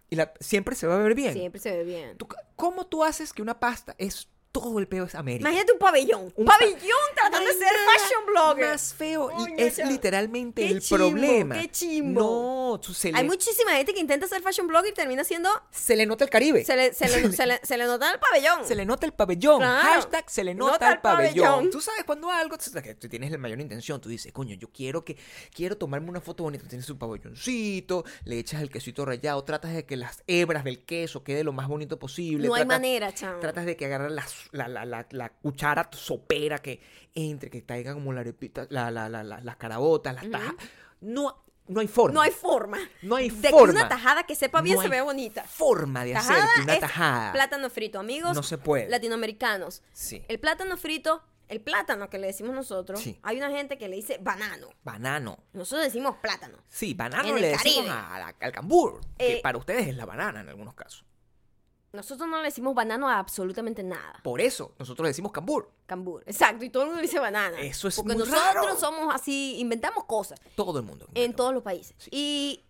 B: Y la, siempre se va a ver bien.
A: Siempre se ve bien.
B: Tú- ¿Cómo tú haces que una pasta es todo el peo es América?
A: Imagínate un pabellón.
B: Un
A: Un
B: pa-
A: pabellón tratando de
B: No
A: ser
B: hay nada
A: fashion blogger.
B: Más feo. y
A: Coño,
B: es
A: ya.
B: literalmente
A: Qué
B: el
A: chimbo,
B: problema.
A: qué chimbo.
B: No, tú se le,
A: Hay muchísima gente que intenta ser fashion blogger y termina siendo.
B: se le nota el Caribe.
A: Se le, se le, se le- se le nota el pabellón.
B: Se le nota el pabellón.
A: Claro.
B: Hashtag se le nota,
A: Nota
B: el
A: el
B: pabellón.
A: pabellón.
B: Tú sabes cuando algo, tú sabes que tú tienes la mayor intención, tú dices, coño, yo quiero que quiero tomarme una foto bonita. Tienes un pabelloncito, le echas el quesito rallado, tratas de que las hebras del queso quede lo más bonito posible.
A: No hay
B: tratas-
A: manera, chamo.
B: Tratas de que agarras la, la, la, la, la cuchara sopera que entre, que caiga como la arepita, la, la, la, la- las carabotas, las tajas. No, no hay forma.
A: No hay forma.
B: No hay
A: de
B: forma.
A: que una tajada que sepa bien
B: No
A: se
B: hay
A: vea bonita.
B: forma de hacer
A: Tajada
B: una
A: es
B: tajada.
A: Plátano frito, amigos.
B: No se puede.
A: Latinoamericanos.
B: Sí.
A: El plátano frito el plátano que le decimos nosotros,
B: Sí.
A: hay una gente que le dice banano.
B: Banano.
A: Nosotros decimos plátano.
B: Sí, banano
A: En el
B: le decimos
A: Caribe.
B: a la- al cambur, que
A: Eh,
B: para ustedes es la banana en algunos casos.
A: Nosotros no le decimos banano a absolutamente nada.
B: Por eso nosotros decimos cambur.
A: Cambur. Exacto, y todo el mundo dice banana.
B: Eso es
A: Porque
B: muy
A: nosotros
B: raro.
A: somos así, inventamos cosas
B: Todo el mundo.
A: en todos los países.
B: Sí.
A: Y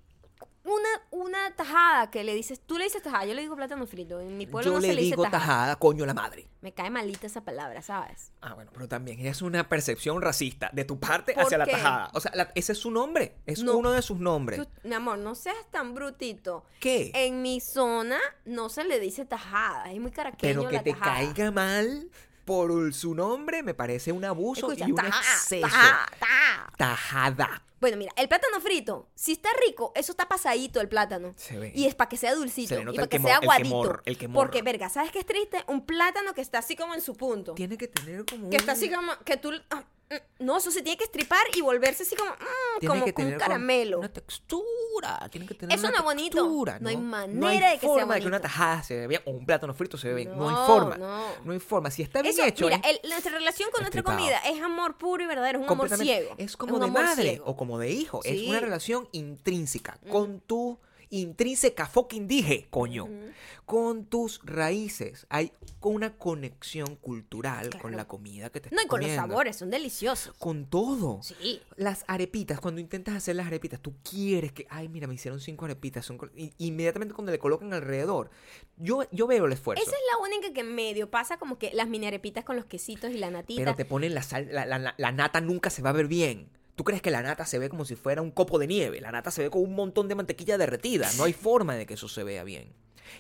A: una, una tajada que le dices, tú le dices tajada, yo le digo plátano frito. En mi pueblo
B: Yo
A: no
B: le
A: se le dice
B: digo
A: tajada.
B: tajada, coño la madre.
A: Me cae malita esa palabra, ¿sabes?
B: Ah, bueno, pero también es una percepción racista de tu parte
A: ¿Por
B: hacia la
A: qué?
B: tajada. O sea, la- ese es su nombre. Es
A: No.
B: uno de sus nombres.
A: Tú- mi amor, no seas tan brutito.
B: ¿Qué?
A: En mi zona no se le dice tajada, es muy caraqueño
B: pero que
A: la
B: te
A: tajada.
B: caiga mal por el- su nombre me parece un abuso
A: Escucha,
B: y un
A: tajada,
B: exceso.
A: tajada, tajada.
B: Tajada.
A: Bueno, mira, el plátano frito, si está rico, eso está pasadito el plátano.
B: Se ve.
A: Y es para que sea dulcito
B: Se le nota
A: y para
B: el
A: que
B: quemor-
A: sea
B: el
A: aguadito.
B: quemor, el quemor.
A: Porque, verga, ¿sabes qué es triste? Un plátano que está así como en su punto.
B: Tiene que tener como
A: Que está
B: un-
A: así como. Que tú. ah, mm, no, eso se tiene que estripar y volverse así como. mm,
B: tiene
A: como
B: que
A: como un
B: tener como
A: caramelo.
B: Una textura. Tiene que tener
A: Eso no
B: una
A: es bonito.
B: textura,
A: No hay manera
B: hay
A: de que sea
B: forma de que una
A: bonito.
B: tajada se vea bien o un plátano frito se vea bien.
A: No,
B: No, hay forma.
A: no.
B: hay forma. Si está bien
A: Eso,
B: hecho.
A: mira,
B: es
A: el- nuestra relación con nuestra
B: Estripado.
A: comida es amor puro y verdadero, es un amor
B: completamente-
A: ciego.
B: Es como
A: un
B: de
A: amor
B: madre
A: ciego.
B: o como de hijo. Es
A: Sí.
B: una relación intrínseca con tu intrínseca fucking dije, coño. Con tus raíces. Hay una conexión cultural con
A: Claro.
B: la comida que te
A: No,
B: estás
A: y con los
B: comiendo.
A: sabores, son deliciosos.
B: Con todo.
A: Sí.
B: Las arepitas, cuando intentas hacer las arepitas, tú quieres que, ay, mira, me hicieron cinco arepitas. Son col- y- inmediatamente cuando le colocan alrededor, yo, yo veo el esfuerzo.
A: Esa es la única que medio pasa como que las mini arepitas con los quesitos y la natita.
B: Pero te ponen la sal, la, la- la- la nata nunca se va a ver bien. ¿Tú crees que la nata se ve como si fuera un copo de nieve? La nata se ve con un montón de mantequilla derretida. No hay forma de que eso se vea bien.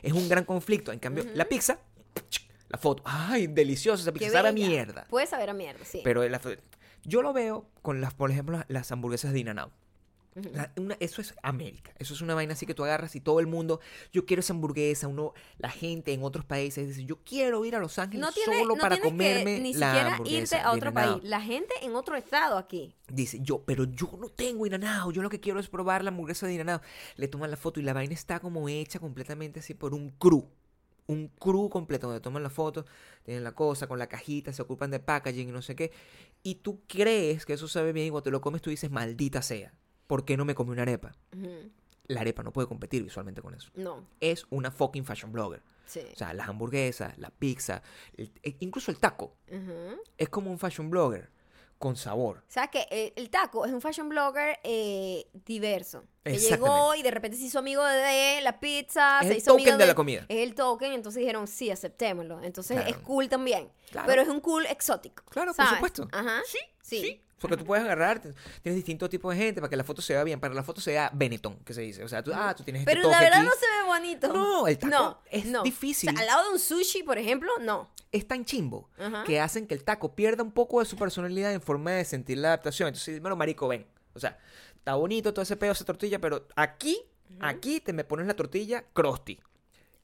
B: Es un gran conflicto. En cambio, la pizza, la foto, ay, deliciosa esa
A: Qué
B: pizza, sabe a
A: bella.
B: mierda.
A: Puede saber a mierda, sí.
B: Pero la- yo lo veo con las, por ejemplo, las hamburguesas de In-N-Out.
A: Ujú.
B: La- una- eso es América. Eso es una vaina así que tú agarras y todo el mundo, yo quiero esa hamburguesa. Uno, la gente en otros países dice, yo quiero ir a Los Ángeles
A: no tiene,
B: solo
A: no
B: para
A: tienes
B: comerme
A: que ni
B: la
A: siquiera irte
B: hamburguesa
A: a
B: de
A: otro
B: In-N-Out".
A: país. La gente en otro estado aquí.
B: Dice, yo, pero yo no tengo inanado, yo lo que quiero es probar la hamburguesa de inanado. Le toman la foto y la vaina está como hecha completamente así por un crew. Un crew completo donde toman la foto, tienen la cosa con la cajita, se ocupan de packaging y no sé qué. Y tú crees que eso sabe bien y cuando te lo comes tú dices, maldita sea, ¿por qué no me comí una arepa?
A: Ujú.
B: La arepa no puede competir visualmente con eso.
A: No,
B: Es una fucking fashion blogger.
A: sí.
B: O sea, las hamburguesas, la pizza, el- e- incluso el taco.
A: Ujú.
B: Es como un fashion blogger con sabor.
A: ¿Sabes qué? El, eh, el taco es un fashion blogger eh, diverso. Que
B: Exactamente.
A: llegó y de repente se hizo amigo de la pizza.
B: Es
A: se
B: el
A: hizo amigo
B: token de la comida.
A: Es el token, entonces dijeron, sí, aceptémoslo. Entonces
B: Claro.
A: es cool también.
B: Claro.
A: Pero es un cool exótico.
B: Claro, por
A: ¿sabes?
B: supuesto.
A: Ajá. Sí.
B: Sí. Porque tú puedes agarrar, t- tienes distintos tipos de gente para que la foto se vea bien. Para la foto se vea Benetton, que se dice. O sea, tú, ah, tú tienes este
A: Pero
B: toque
A: la verdad
B: aquí.
A: no se ve bonito.
B: No, el taco
A: No,
B: es
A: no.
B: difícil.
A: O sea, al lado de un sushi, por ejemplo, no.
B: Es tan chimbo
A: Ajá.
B: que hacen que el taco pierda un poco de su personalidad en forma de sentir la adaptación. Entonces, bueno, marico, ven. O sea, está bonito todo ese pedo, esa tortilla, pero aquí, aquí te me pones la tortilla crusty.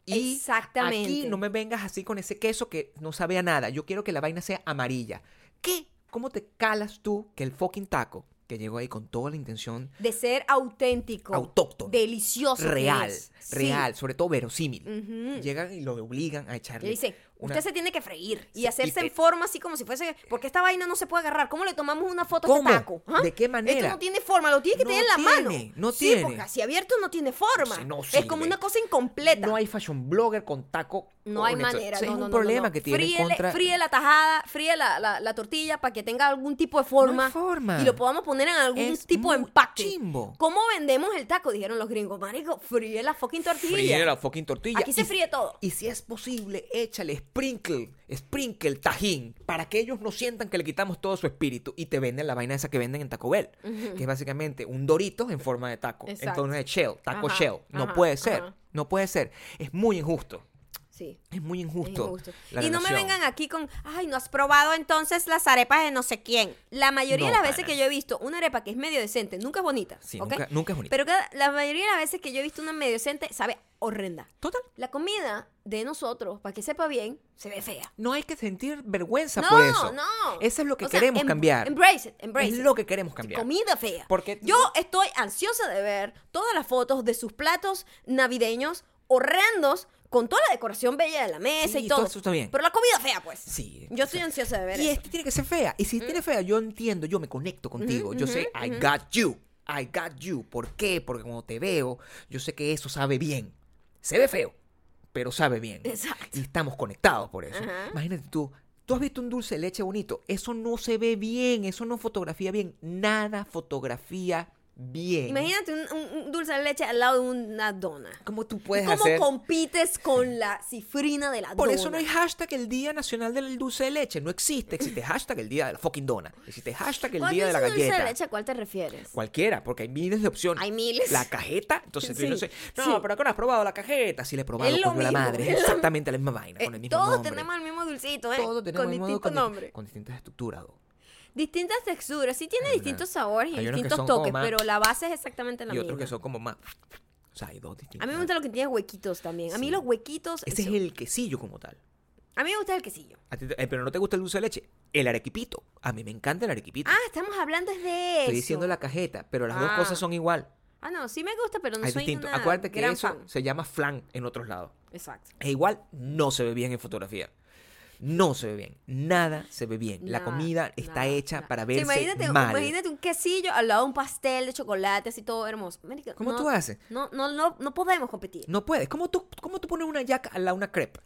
B: Y
A: Exactamente.
B: aquí no me vengas así con ese queso que no sabe a nada. Yo quiero que la vaina sea amarilla. ¿Qué? ¿Cómo te calas tú que el fucking taco que llegó ahí con toda la intención
A: De ser auténtico.
B: Autóctono.
A: Delicioso. que
B: real,
A: es. Sí.
B: real, sobre todo verosímil.
A: Ujú.
B: Llegan y lo obligan a echarle.
A: Le dice,
B: una-
A: usted se tiene que freír y
B: Sí,
A: hacerse
B: y
A: en
B: te-
A: forma así como si fuese, porque esta vaina no se puede agarrar. ¿Cómo le tomamos una foto
B: ¿Cómo?
A: a este taco? ¿Ah?
B: ¿De qué manera?
A: Esto no tiene forma, lo tiene que
B: No
A: tener en la
B: tiene,
A: mano.
B: no
A: sí,
B: tiene.
A: porque así abierto no tiene forma.
B: Sí, no
A: es
B: sirve.
A: como una cosa incompleta.
B: No hay fashion blogger con taco.
A: No hay
B: con esto.
A: manera,
B: Ese
A: no,
B: es
A: no,
B: un
A: no, no,
B: problema
A: no.
B: que tiene
A: Fríele-
B: contra.
A: fríe la tajada, fríe la, la- la tortilla para que tenga algún tipo de forma.
B: hay forma.
A: Y lo podamos poner en algún
B: Es
A: tipo de
B: muy
A: empaque.
B: chimbo.
A: ¿Cómo vendemos el taco? Dijeron los gringos, marico, fríe la fucking tortilla.
B: Fríe la fucking tortilla.
A: Aquí se
B: y-
A: fríe todo.
B: Y si es posible, échale sprinkle, sprinkle tajín, para que ellos no sientan que le quitamos todo su espíritu y te venden la vaina esa que venden en Taco Bell, que es básicamente un dorito en forma de taco, en
A: Exacto.
B: tono de shell, taco
A: Ajá,
B: shell. No
A: ajá,
B: puede ser,
A: ajá.
B: no puede ser. Es muy injusto.
A: Sí.
B: Es muy
A: es
B: injusto.
A: injusto. Y
B: la
A: no me
B: relación.
A: vengan aquí con, ay, no has probado entonces las arepas de no sé quién. La mayoría
B: No,
A: de las veces
B: pana.
A: que yo he visto una arepa que es medio decente, nunca es bonita.
B: Sí,
A: ¿ok?
B: nunca- nunca es bonita.
A: Pero cada- la mayoría de las veces que yo he visto una medio decente sabe horrenda.
B: Total.
A: La comida de nosotros, para que sepa bien, se ve fea.
B: No hay que sentir vergüenza
A: No,
B: por eso.
A: no.
B: Eso es lo que
A: O sea,
B: queremos
A: em-
B: cambiar.
A: Embrace it, embrace
B: es
A: it.
B: lo que queremos cambiar.
A: Comida fea.
B: Porque-
A: Yo estoy ansiosa de ver todas las fotos de sus platos navideños horrendos con toda la decoración bella de la mesa
B: Sí,
A: y todo.
B: todo eso está bien.
A: Pero la comida fea, pues.
B: Sí.
A: Yo estoy ansiosa de Mm. ver
B: Y
A: eso.
B: este tiene que ser fea. Y si tiene fea, yo entiendo, yo me conecto contigo. yo sé, I got you. I got you. ¿Por qué? Porque cuando te veo, yo sé que eso sabe bien. Se ve feo, pero sabe bien.
A: Exacto.
B: Y estamos conectados por eso.
A: Ajá.
B: Imagínate tú. Tú has visto un dulce de leche bonito. Eso no se ve bien. Eso no fotografía bien. Nada fotografía bien.
A: Imagínate un, un- un dulce de leche al lado de una dona.
B: ¿Cómo tú puedes
A: ¿Cómo
B: hacer?
A: compites con la cifrina de la
B: Por
A: dona?
B: eso no hay hashtag el Día Nacional del Dulce de Leche. No existe. Existe hashtag el Día de la fucking dona. Existe hashtag el
A: Cuando
B: Día de la
A: dices
B: galleta.
A: dulce de leche, ¿a cuál te refieres?
B: Cualquiera, porque hay miles de opciones.
A: Hay miles.
B: La cajeta, entonces tú
A: Sí,
B: no sé. No,
A: sí.
B: pero acá no has probado la cajeta. Sí, la he probado
A: Es lo
B: con la
A: mismo,
B: madre.
A: es
B: Es
A: lo-
B: exactamente la misma vaina, con el
A: Eh,
B: mismo
A: todos
B: nombre.
A: tenemos el mismo dulcito, ¿eh?
B: Todos
A: con
B: tenemos el mismo
A: distinto
B: con,
A: nombre.
B: con distintas estructuras. do.
A: Distintas texturas, sí tiene
B: Hay una-
A: distintos sabores y
B: hay unos que
A: distintos
B: son como
A: toques,
B: más-
A: pero la base es exactamente
B: Y
A: la
B: otros
A: misma.
B: que son como más. O sea, hay dos distintos.
A: A mí me gusta lo que tiene huequitos también. A mí
B: Sí.
A: los huequitos.
B: Ese es
A: eso.
B: el quesillo como tal.
A: A mí me gusta el quesillo.
B: A ti te- eh, pero no te gusta el dulce de leche. El arequipito. A mí me encanta el arequipito.
A: Ah, estamos hablando es de eso.
B: Estoy diciendo la cajeta, pero las dos
A: Ah.
B: cosas son igual.
A: Ah, no, sí me gusta, pero no
B: hay
A: soy
B: distinto.
A: una
B: Acuérdate que
A: gran
B: eso
A: fan.
B: se llama flan en otros lados.
A: Exacto.
B: E igual no se ve bien en fotografía. No se ve bien. Nada se ve bien. la
A: Nada,
B: comida está
A: nada,
B: hecha
A: nada.
B: para
A: O sea,
B: verse
A: imagínate,
B: mal.
A: Imagínate un quesillo al lado de un pastel de chocolate, así todo hermoso. Marica,
B: ¿Cómo
A: no-
B: tú haces?
A: No, no, no, no podemos competir.
B: No puedes. ¿Cómo tú, cómo tú pones una yaca a la una crepe?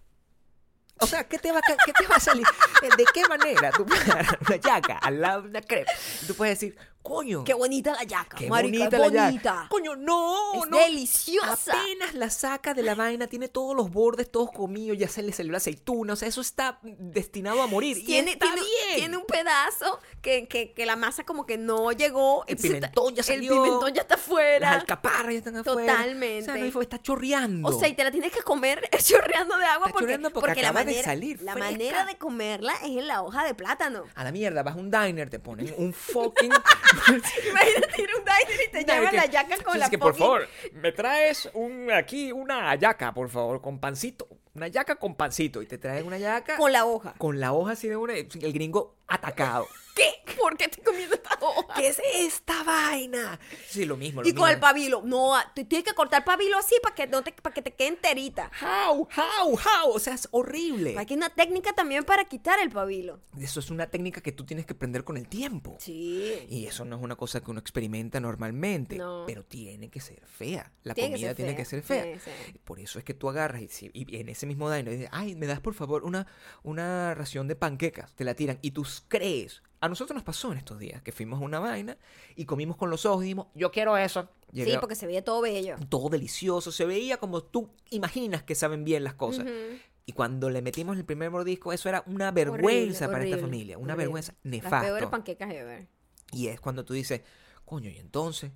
B: O sea, ¿qué te va, a ca- qué te va a salir? Eh, ¿De qué manera tú puedes agarrar una yaca al lado de una crepe? Y tú puedes decir, coño,
A: Qué bonita la yaca,
B: qué
A: marica,
B: bonita
A: es
B: la
A: bonita.
B: yaca. Coño, no,
A: es
B: no.
A: deliciosa.
B: Ah, Apenas la saca de la vaina, tiene todos los bordes, todos comidos, ya se le salió la aceituna, o sea, eso está destinado a morir. y
A: Tiene,
B: está
A: tiene,
B: bien.
A: tiene un pedazo que, que, que la masa como que no llegó.
B: El
A: entonces está-
B: pimentón ya salió.
A: El pimentón ya está
B: Las
A: afuera.
B: alcaparras ya están afuera.
A: Totalmente.
B: O sea, no hay forma, está chorreando.
A: O sea, y te la tienes que comer chorreando de agua
B: Está
A: porque,
B: chorreando porque
A: la
B: acaba de
A: manera,
B: salir
A: la
B: fresca.
A: manera de comerla es en la hoja de plátano.
B: A la mierda, vas a un diner, te ponen un fucking...
A: Imagínate ir a un diner y te llevan la yaca con
B: Sí,
A: la
B: es que, por
A: fucking-
B: favor, me traes un, aquí una yaca, por favor, con pancito. Una yaca con pancito. Y te traen una yaca
A: Con la hoja.
B: con la hoja así de una... El gringo atacado.
A: ¿Qué? ¿Por qué estoy comiendo esta hoja?
B: ¿Qué es esta vaina? Sí, lo mismo, lo
A: Y con el
B: mismo.
A: pabilo. No, ah, te tienes que cortar pabilo así para que, no te, para que te quede enterita.
B: How, how, how. O sea, es horrible.
A: Hay que una técnica también para quitar el pabilo.
B: Eso es una técnica que tú tienes que aprender con el tiempo.
A: Sí.
B: Y eso no es una cosa que uno experimenta normalmente,
A: No.
B: pero tiene que ser fea. La
A: Tiene que
B: comida
A: ser
B: tiene
A: fea,
B: que ser fea.
A: tiene que ser.
B: Por eso es que tú agarras y, si- y en ese mismo diner dices, ay, me das por favor una, una ración de panquecas, te la tiran y tú crees. A nosotros nos pasó en estos días que fuimos a una vaina y comimos con los ojos y dijimos, yo quiero eso.
A: Sí,
B: Llega-
A: porque se veía todo bello.
B: todo delicioso, se veía como tú imaginas que saben bien las cosas. Y cuando le metimos el primer mordisco, eso era una vergüenza
A: Horrible,
B: para esta
A: horrible,
B: familia, una
A: horrible.
B: vergüenza
A: Las peores
B: nefasta.
A: panquecas ever.
B: Y es cuando tú dices, coño, y entonces,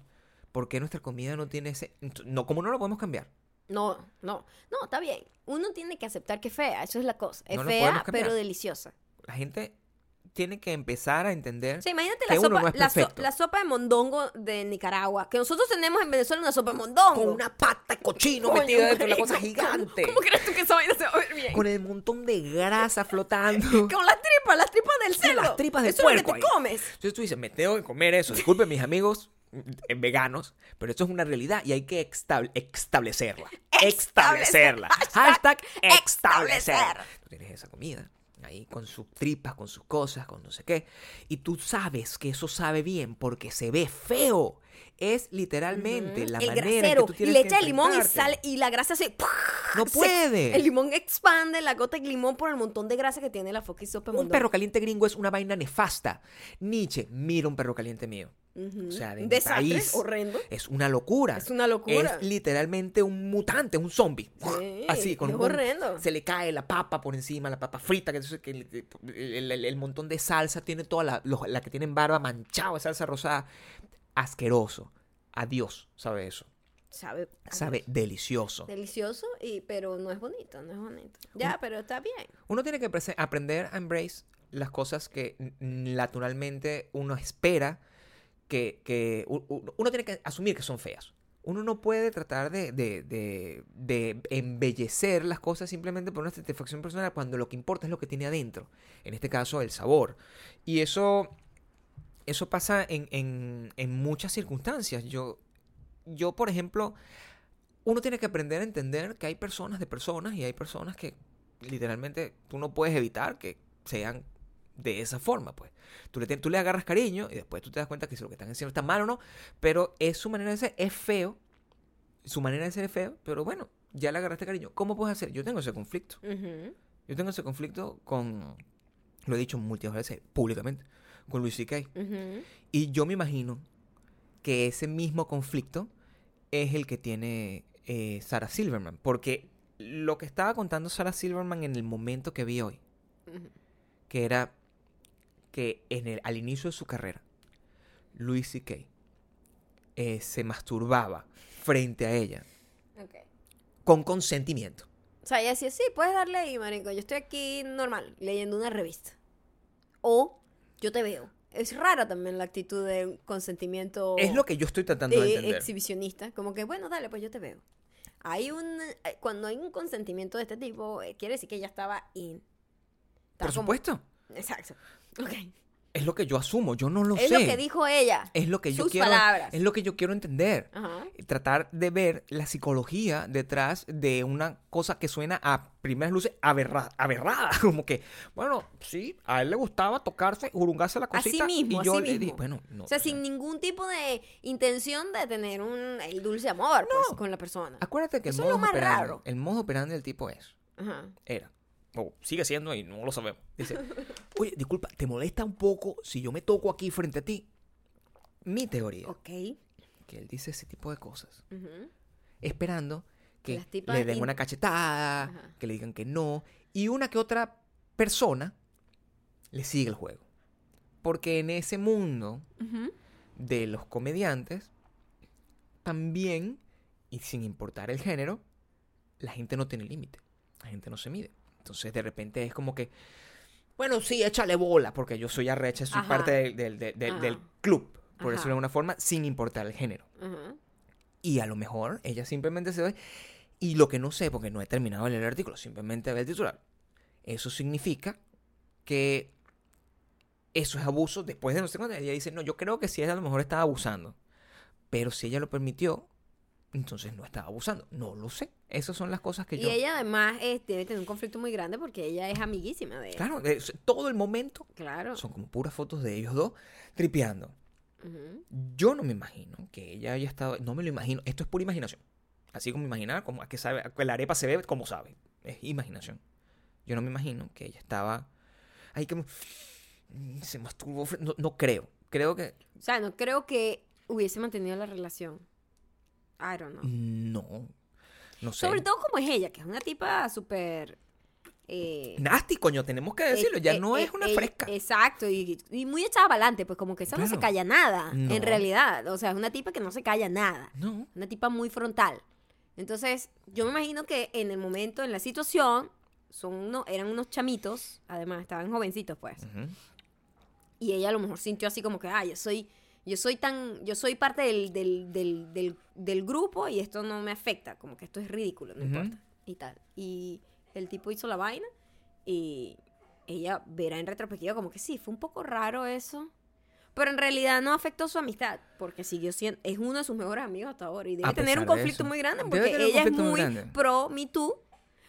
B: ¿por qué nuestra comida no tiene ese... ent- No, como no lo podemos cambiar?
A: No, no. No, está bien. Uno tiene que aceptar que es fea. Eso es la cosa. Es
B: No lo podemos
A: fea,
B: cambiar.
A: pero deliciosa.
B: La gente tiene que empezar a entender
A: O sea, imagínate
B: que
A: la
B: uno
A: sopa,
B: no es
A: la, so-
B: perfecto.
A: la sopa de mondongo de Nicaragua. Que nosotros tenemos en Venezuela una sopa de mondongo.
B: Con una pata de cochino
A: Coño,
B: metida dentro de una
A: marico,
B: cosa gigante.
A: ¿Cómo, cómo crees tú que esa vaina se va a ver bien?
B: Con el montón de grasa flotando.
A: Con las tripas, las tripas del
B: Con
A: cerdo.
B: las tripas del
A: Eso es
B: puerco
A: lo que
B: ahí.
A: te comes.
B: Entonces tú dices, me tengo que comer eso. Disculpen mis amigos eh, veganos, pero esto es una realidad y hay que estab- establecerla. Establecerla. Hashtag establecer. Tú tienes esa comida ahí con sus tripas, con sus cosas, con no sé qué. Y tú sabes que eso sabe bien porque se ve feo. Es literalmente la
A: el
B: manera en
A: grasero.
B: que tú
A: Y
B: tienes
A: le
B: que
A: echa el limón y
B: enfrentarte.
A: sale. Y la grasa se.
B: No
A: se-
B: puede.
A: el limón expande la gota de limón por el montón de grasa que tiene la fucking sopa de
B: Un
A: mondongo.
B: perro caliente gringo es una vaina nefasta. Nietzsche, mira un perro caliente mío. O sea, de
A: Un
B: mi
A: desastre
B: país.
A: horrendo.
B: Es una locura.
A: Es una locura.
B: Es literalmente un mutante, un zombie.
A: Sí,
B: Así, con
A: es
B: un-
A: horrendo.
B: Se le cae la papa por encima, la papa frita, que, entonces que el, el- el- el montón de salsa tiene toda la, los- la que tienen barba manchada, salsa rosada. Asqueroso. Adiós, sabe eso.
A: Sabe.
B: Sabe delicioso.
A: Delicioso, y, pero no es bonito, no es bonito.
B: Mm.
A: Ya, pero está bien.
B: Uno tiene que prese- aprender a embrace las cosas que n- naturalmente uno espera que, que u- u- uno tiene que asumir que son feas. Uno no puede tratar de, de- de- de embellecer las cosas simplemente por una satisfacción personal cuando lo que importa es lo que tiene adentro. En este caso, el sabor. Y eso, eso pasa en, en- en muchas circunstancias. Yo, yo, por ejemplo, uno tiene que aprender a entender que hay personas de personas y hay personas que literalmente tú no puedes evitar que sean de esa forma, pues. Tú le, tien- tú le agarras cariño y después tú te das cuenta que si lo que están haciendo está mal o no, pero es su manera de ser, es feo. Su manera de ser es feo, pero bueno, ya le agarraste cariño. ¿Cómo puedes hacer? Yo tengo ese conflicto.
A: Ujú.
B: Yo tengo ese conflicto con, lo he dicho múltiples veces públicamente, con Luis C.K.
A: Ujú.
B: Y yo me imagino que ese mismo conflicto es el que tiene eh, Sarah Silverman. Porque lo que estaba contando Sarah Silverman en el momento que vi hoy,
A: Ujú.
B: que era que en el, al inicio de su carrera, Louis C.K. eh, se masturbaba frente a ella
A: Ok.
B: con consentimiento.
A: O sea, ella decía, sí, puedes darle ahí, marico. Yo estoy aquí normal, leyendo una revista. O yo te veo. Es rara también la actitud de consentimiento
B: Es lo que yo estoy tratando de,
A: de
B: entender.
A: eh, exhibicionista. Como que, bueno, dale, pues yo te veo. Hay un... eh, Cuando hay un consentimiento de este tipo, eh, quiere decir que ella estaba in. Está
B: Por
A: como-
B: supuesto.
A: Exacto. Ok.
B: Es lo que yo asumo. Yo no lo
A: es
B: sé. Eh,
A: lo que dijo ella.
B: es lo que yo
A: sus
B: quiero.
A: palabras.
B: Es lo que yo quiero entender.
A: Ajá.
B: tratar de ver la psicología detrás de una cosa que suena a primeras luces aberra- aberrada. Como que, bueno, sí, a él le gustaba tocarse, jurungarse la
A: Así
B: cosita.
A: mismo,
B: y yo
A: así
B: le
A: mismo.
B: dije, bueno, no.
A: o sea,
B: o sea,
A: sin ningún tipo de intención de tener un el dulce amor pues, con la persona.
B: Acuérdate que el
A: Eso es lo
B: modo,
A: más
B: operandi,
A: raro.
B: el modo operandi del tipo es,
A: Ajá.
B: era, o sigue siendo y no lo sabemos. Dice, oye, disculpa, ¿te molesta un poco si yo me toco aquí frente a ti? Mi teoría,
A: Ok.
B: que él dice ese tipo de cosas.
A: Ujú.
B: esperando que
A: Las tipas
B: le den
A: in-
B: una cachetada,
A: Ajá.
B: que le digan que no, y una que otra persona le sigue el juego. Porque en ese mundo
A: Ujú.
B: de los comediantes, también, y sin importar el género, la gente no tiene límite, la gente no se mide. Entonces de repente es como que, bueno, sí, échale bola, porque yo soy arrecha, soy
A: Ajá.
B: parte del, del- del- del-
A: Ajá.
B: del club, por
A: Ajá.
B: decirlo de alguna forma, sin importar el género.
A: Ajá.
B: Y a lo mejor ella simplemente se ve. Y lo que no sé, porque no he terminado de leer el artículo, simplemente ve el titular. Eso significa que eso es abuso después de no sé cuánto. Ella dice, no, yo creo que sí, ella a lo mejor estaba abusando. Pero si ella lo permitió, entonces no estaba abusando. No lo sé. Esas son las cosas que
A: Y
B: yo...
A: ella además eh, debe tener un conflicto muy grande porque ella es amiguísima de él.
B: Claro, es- todo el momento
A: Claro.
B: son como puras fotos de ellos dos tripeando.
A: Ujú.
B: Yo no me imagino que ella haya estado. No me lo imagino. Esto es pura imaginación. Así como imaginar, como a que sabe, a que la arepa se ve como sabe. Es imaginación. Yo no me imagino que ella estaba. Ahí como. mm, Se masturbó. fre- No, no creo. Creo que.
A: O sea, no creo que hubiese mantenido la relación. I don't know.
B: No. No sé.
A: Sobre todo como es ella, que es una tipa súper... eh,
B: Nasty, coño, tenemos que decirlo. Ya
A: eh,
B: no
A: eh,
B: es una
A: eh,
B: fresca.
A: Exacto, y, y muy echada para adelante, pues como que esa no se
B: Claro.
A: calla nada,
B: No.
A: en realidad. O sea, es una tipa que no se calla nada.
B: No.
A: Una tipa muy frontal. Entonces, yo me imagino que en el momento, en la situación, son uno, eran unos chamitos, además, estaban jovencitos, pues.
B: Ujú.
A: Y ella a lo mejor sintió así como que, ah, yo soy, yo soy tan, yo soy parte del, del, del, del, del grupo y esto no me afecta, como que esto es ridículo, no
B: Ujú.
A: importa. Y tal. Y el tipo hizo la vaina y ella verá en retrospectiva como que sí, fue un poco raro eso. Pero en realidad no afectó su amistad, porque siguió siendo, es uno de sus mejores amigos hasta ahora. Y debe
B: A
A: tener un
B: pesar de
A: conflicto
B: eso.
A: muy grande,
B: Debe
A: porque
B: tener un
A: ella es
B: conflicto muy
A: muy
B: grande.
A: pro Me Too,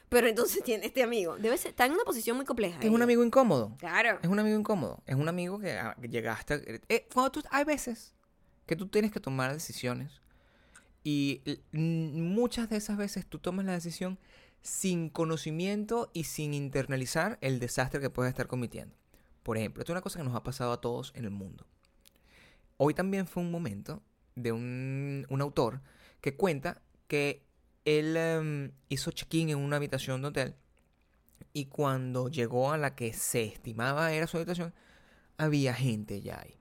A: pero entonces tiene este amigo. Debe ser, está en una posición muy compleja.
B: Es un
A: ella.
B: amigo incómodo.
A: Claro.
B: Es un amigo incómodo. Es un amigo que ah, que llegaste. a- eh, cuando tú- hay veces que tú tienes que tomar decisiones. Y l- n- muchas de esas veces tú tomas la decisión sin conocimiento y sin internalizar el desastre que puedes estar cometiendo. Por ejemplo, esto es una cosa que nos ha pasado a todos en el mundo. Hoy también fue un momento de un, un autor que cuenta que él em, hizo check-in en una habitación de hotel y cuando llegó a la que se estimaba era su habitación, había gente ya ahí.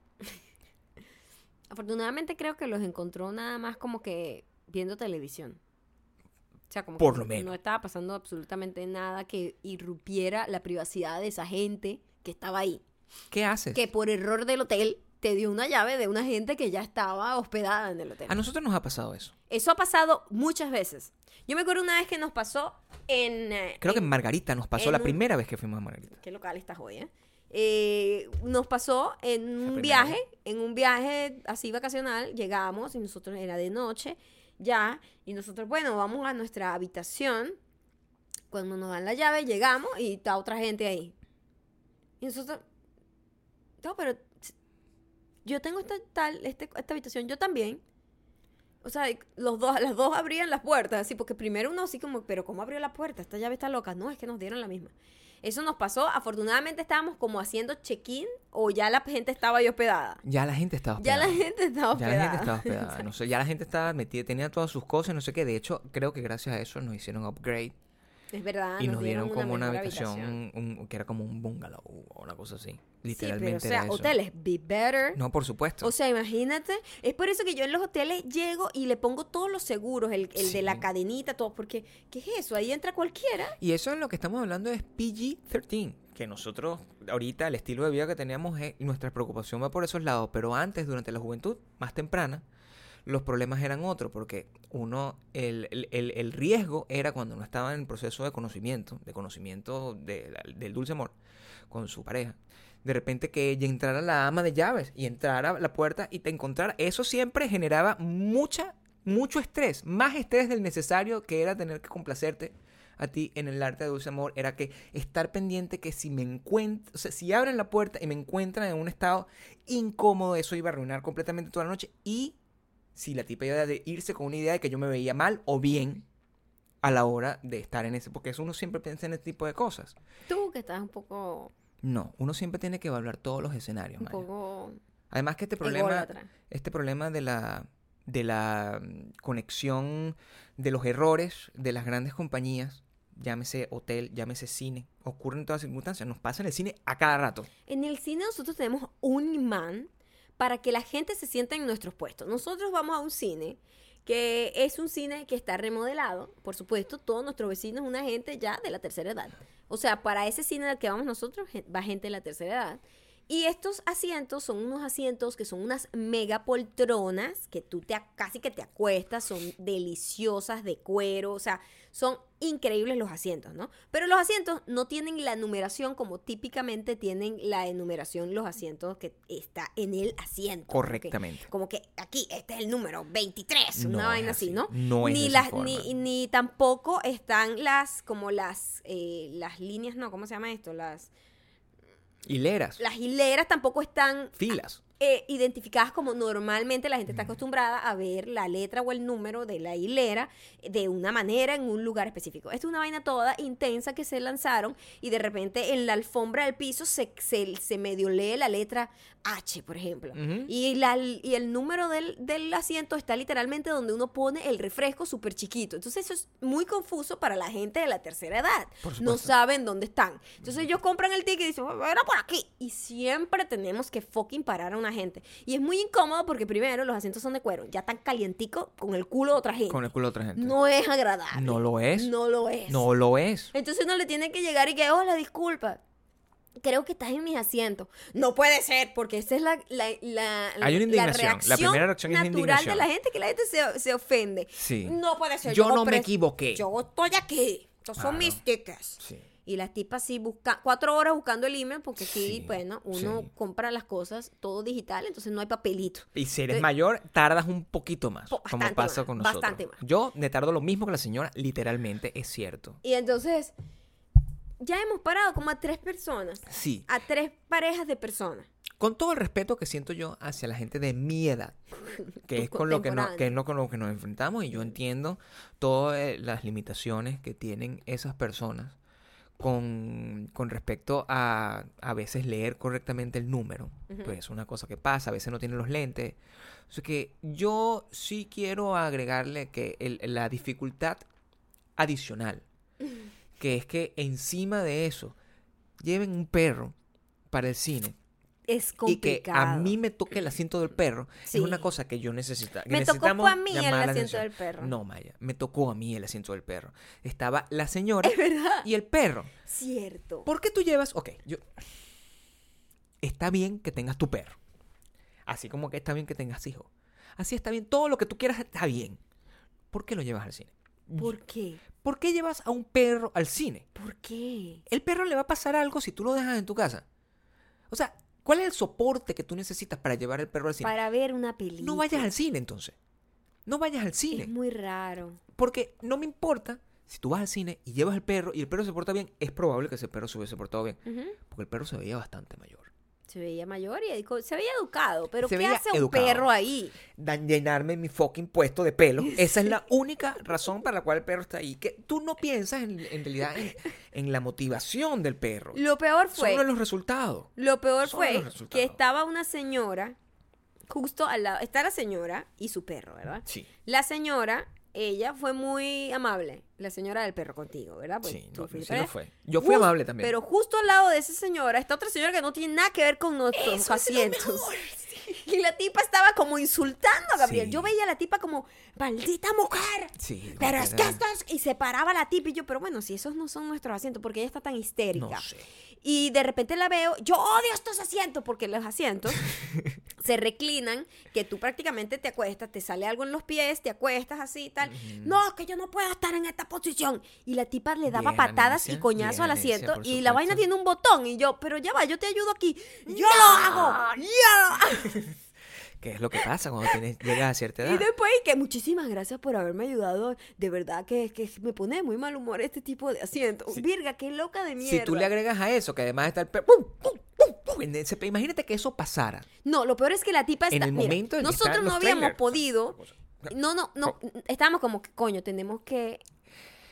A: Afortunadamente creo que los encontró nada más como que viendo televisión. O sea, como
B: Por
A: que
B: lo menos.
A: no estaba pasando absolutamente nada que irrupiera la privacidad de esa gente que estaba ahí.
B: ¿Qué haces?
A: Que por error del hotel te dio una llave de una gente que ya estaba hospedada en el hotel.
B: A nosotros nos ha pasado eso.
A: Eso ha pasado muchas veces. Yo me acuerdo una vez que nos pasó en... eh,
B: Creo que
A: en-
B: en Margarita nos pasó
A: en
B: la
A: un-
B: primera vez que fuimos a Margarita.
A: ¿Qué local estás hoy, eh? Eh, nos pasó en
B: La
A: un
B: primera
A: viaje, en un viaje así vacacional, llegamos y nosotros era de noche, ya. Y nosotros, bueno, vamos a nuestra habitación. Cuando nos dan la llave, llegamos y está otra gente ahí. Y nosotros, no, pero s- yo tengo esta, tal, este- esta habitación, yo también. O sea, y los dos, las dos abrían las puertas, así, porque primero uno así como, pero ¿cómo abrió la puerta? Esta llave está loca. No, es que nos dieron la misma. Eso nos pasó. Afortunadamente estábamos como haciendo check-in o ya la gente estaba ahí hospedada.
B: Ya la gente estaba
A: Ya
B: hospedada.
A: la gente estaba
B: Ya
A: hospedada.
B: la gente estaba hospedada. No sé, ya la gente estaba metida, tenía todas sus cosas, no sé qué. De hecho, creo que gracias a eso nos hicieron upgrade
A: Es verdad.
B: y nos dieron, como una
A: mejor
B: habitación, un- que era como un bungalow o una cosa así.
A: sí, pero, o
B: Literalmente
A: sea, ¿eh?
B: era eso.
A: hoteles, be better.
B: No, por supuesto.
A: O sea, imagínate. Es por eso que yo en los hoteles llego y le pongo todos los seguros, el, el de
B: Sí.
A: la cadenita, todo. Porque, ¿qué es eso? Ahí entra cualquiera.
B: y eso en lo que estamos hablando es PG-13. Que nosotros, ahorita, el estilo de vida que teníamos, es- nuestra preocupación va por esos lados. Pero antes, durante la juventud, más temprana, los problemas eran otros. Porque uno, el, el- el- el riesgo era cuando no estaba en el proceso de conocimiento, de conocimiento de la- del dulce amor con su pareja. De repente que ella entrara la ama de llaves y entrara a la puerta y te encontrara. Eso siempre generaba mucha, mucho estrés. Más estrés del necesario que era tener que complacerte a ti en el arte de dulce amor. Era que estar pendiente que si me encuentro, o sea, si abren la puerta y me encuentran en un estado incómodo, eso iba a arruinar completamente toda la noche. Y si la tipa iba a de- irse con una idea de que yo me veía mal o bien a la hora de estar en ese. Porque eso uno siempre piensa en ese tipo de cosas.
A: Tú que estás un poco.
B: No, uno siempre tiene que evaluar todos los escenarios.
A: Un
B: Maya.
A: poco.
B: Además que este problema,
A: ególatra.
B: este problema de la de la mm, conexión de los errores de las grandes compañías, llámese hotel, llámese cine, ocurre en todas circunstancias, nos pasa en el cine a cada rato.
A: En el cine nosotros tenemos un imán para que la gente se sienta en nuestros puestos. Nosotros vamos a un cine que es un cine que está remodelado, por supuesto, todos nuestros vecinos, una gente ya de la tercera edad. O sea, para ese cine al que vamos nosotros gen- va gente de la tercera edad. Y estos asientos son unos asientos que son unas mega poltronas que tú te, a- casi que te acuestas, son deliciosas de cuero, o sea, son increíbles los asientos, ¿no? Pero los asientos no tienen la numeración como típicamente tienen la enumeración los asientos que está en el asiento. ¿ok?
B: Correctamente.
A: Como que aquí, este es el número 23,
B: No
A: una
B: es
A: vaina así,
B: así,
A: ¿no?
B: no es
A: ni
B: de esa
A: las ni,
B: forma.
A: ni tampoco están las como las eh, las líneas, no, ¿cómo se llama esto? Las
B: Hileras,
A: las hileras tampoco están
B: filas.
A: eh, identificadas como normalmente la
B: Mm.
A: gente está acostumbrada a ver la letra o el número de la hilera eh, de una manera en un lugar específico. Esta es una vaina toda intensa que se lanzaron y de repente en la alfombra del piso se, se, se medio lee la letra H, por ejemplo.
B: Ujú.
A: y, la, y el número del, del asiento está literalmente donde uno pone el refresco súper chiquito. Entonces eso es muy confuso para la gente de la tercera edad.
B: Por
A: No
B: supuesto.
A: saben dónde están. Entonces ellos compran el ticket y dicen, "Bueno, era por aquí. Y siempre tenemos que fucking parar a una gente. Y es muy incómodo porque primero los asientos son de cuero, ya tan calientico con el culo de otra gente.
B: Con el culo de otra gente.
A: Ah, No es agradable.
B: No lo es.
A: No lo es.
B: No lo es.
A: Entonces uno le tiene que llegar y que, hola, disculpa. Creo que estás en mis asientos. No puede ser, porque esa es la, la, la,
B: Hay una indignación. La
A: reacción
B: primera reacción es la
A: natural
B: indignación.
A: de la gente, que la gente se, se ofende.
B: Sí.
A: No puede ser.
B: Yo no me
A: compré-
B: equivoqué.
A: Yo estoy aquí. Estos
B: Claro.
A: son mis tickets.
B: Sí.
A: Y las tipas sí buscan, cuatro horas buscando el email, porque aquí,
B: Sí,
A: bueno, uno
B: sí.
A: compra las cosas todo digital, entonces no hay papelito.
B: Y si eres
A: Entonces-
B: mayor, tardas un poquito más.
A: Po-
B: como
A: bastante
B: pasa
A: más,
B: con nosotros.
A: bastante más.
B: Yo me tardo lo mismo que la señora, literalmente, es cierto.
A: Y entonces, ya hemos parado como a tres personas,
B: Sí.
A: a tres parejas de personas.
B: Con todo el respeto que siento yo hacia la gente de mi edad, que
A: Tus
B: es con lo que, no,
A: contemporáneos.
B: que es lo con lo que nos enfrentamos, y yo entiendo todas eh, las limitaciones que tienen esas personas con, con respecto a a veces leer correctamente el número. Pues es una cosa que pasa, a veces no tienen los lentes. Así que yo sí quiero agregarle que el- la dificultad adicional, que es que encima de eso, lleven un perro para el cine
A: Es
B: y que
A: complicado.
B: a mí me toque el asiento del perro
A: Sí.
B: es una cosa que yo necesitaba.
A: Me tocó fue a mí el asiento del perro.
B: No, Maya, me tocó a mí el asiento del perro. Estaba la señora
A: ¿Verdad?
B: y el perro.
A: Cierto.
B: ¿Por qué tú llevas? Ok, yo. Está bien que tengas tu perro. Así como que está bien que tengas hijos. Así está bien, todo lo que tú quieras está bien. ¿Por qué lo llevas al cine?
A: ¿Por qué?
B: ¿Por qué llevas a un perro al cine?
A: ¿Por qué?
B: El perro le va a pasar algo si tú lo dejas en tu casa. O sea, ¿cuál es el soporte que tú necesitas para llevar el perro al cine?
A: Para ver una película.
B: No vayas al cine entonces. no vayas al cine.
A: Es muy raro.
B: Porque no me importa si tú vas al cine y llevas al perro y el perro se porta bien, es probable que ese perro se hubiese portado bien.
A: Ujú.
B: Porque el perro se veía bastante mayor.
A: Se veía mayor y educado. se veía educado, pero
B: Se
A: ¿qué
B: veía
A: hace un
B: educado.
A: perro ahí?
B: Dan llenarme mi fucking puesto de pelo. Esa es la única razón para la cual el perro está ahí. Que tú no piensas en, en realidad en, en la motivación del perro.
A: Lo peor fue,
B: Solo los resultados.
A: lo peor
B: son
A: fue
B: los resultados.
A: que estaba una señora justo al lado, está la señora y su perro, ¿verdad?
B: Sí.
A: La señora, ella fue muy amable, la señora del perro contigo, ¿verdad? Pues
B: Sí,
A: tú
B: no,
A: fuiste
B: sí lo
A: para-
B: fue. Yo fui
A: Jus-
B: amable también.
A: Pero justo al lado de esa señora está otra señora que no tiene nada que ver con nuestros asientos. Y la tipa estaba como insultando a Gabriel.
B: Sí.
A: Yo veía a la tipa como, maldita mujer.
B: Sí,
A: Pero
B: como
A: es
B: que
A: que
B: era-
A: esto es-". Y se paraba la tipa y yo, pero bueno, si esos no son nuestros asientos, porque ella está tan histérica.
B: No sé.
A: Y de repente la veo, yo odio estos asientos, porque los asientos se reclinan, que tú prácticamente te acuestas, te sale algo en los pies, te acuestas así y tal. No, es que yo no puedo estar en esta posición. Y la tipa le daba
B: Bien,
A: patadas y
B: Alicia,
A: coñazo
B: bien,
A: al
B: Alicia,
A: asiento.
B: por
A: y la vaina
B: supuesto.
A: tiene un botón. Y yo, pero ya va, yo te ayudo aquí. ¡Yo lo hago! ¡Yo lo hago!
B: ¿Qué es lo que pasa cuando tienes, llegas a cierta edad?
A: Y después, y que muchísimas gracias por haberme ayudado. De verdad que, que me pone de muy mal humor este tipo de asiento. Virga, qué loca de mierda.
B: Si tú le agregas a eso, que además está el perro. ¡pum, pum, pum, pum! en ese pe- Imagínate que eso pasara.
A: No, lo peor es que la tipa
B: En
A: está.
B: el
A: mira,
B: momento en que
A: nosotros
B: están
A: no
B: los
A: habíamos
B: trailers.
A: podido. eh, No, no, no. Estábamos como, que, coño, tenemos que.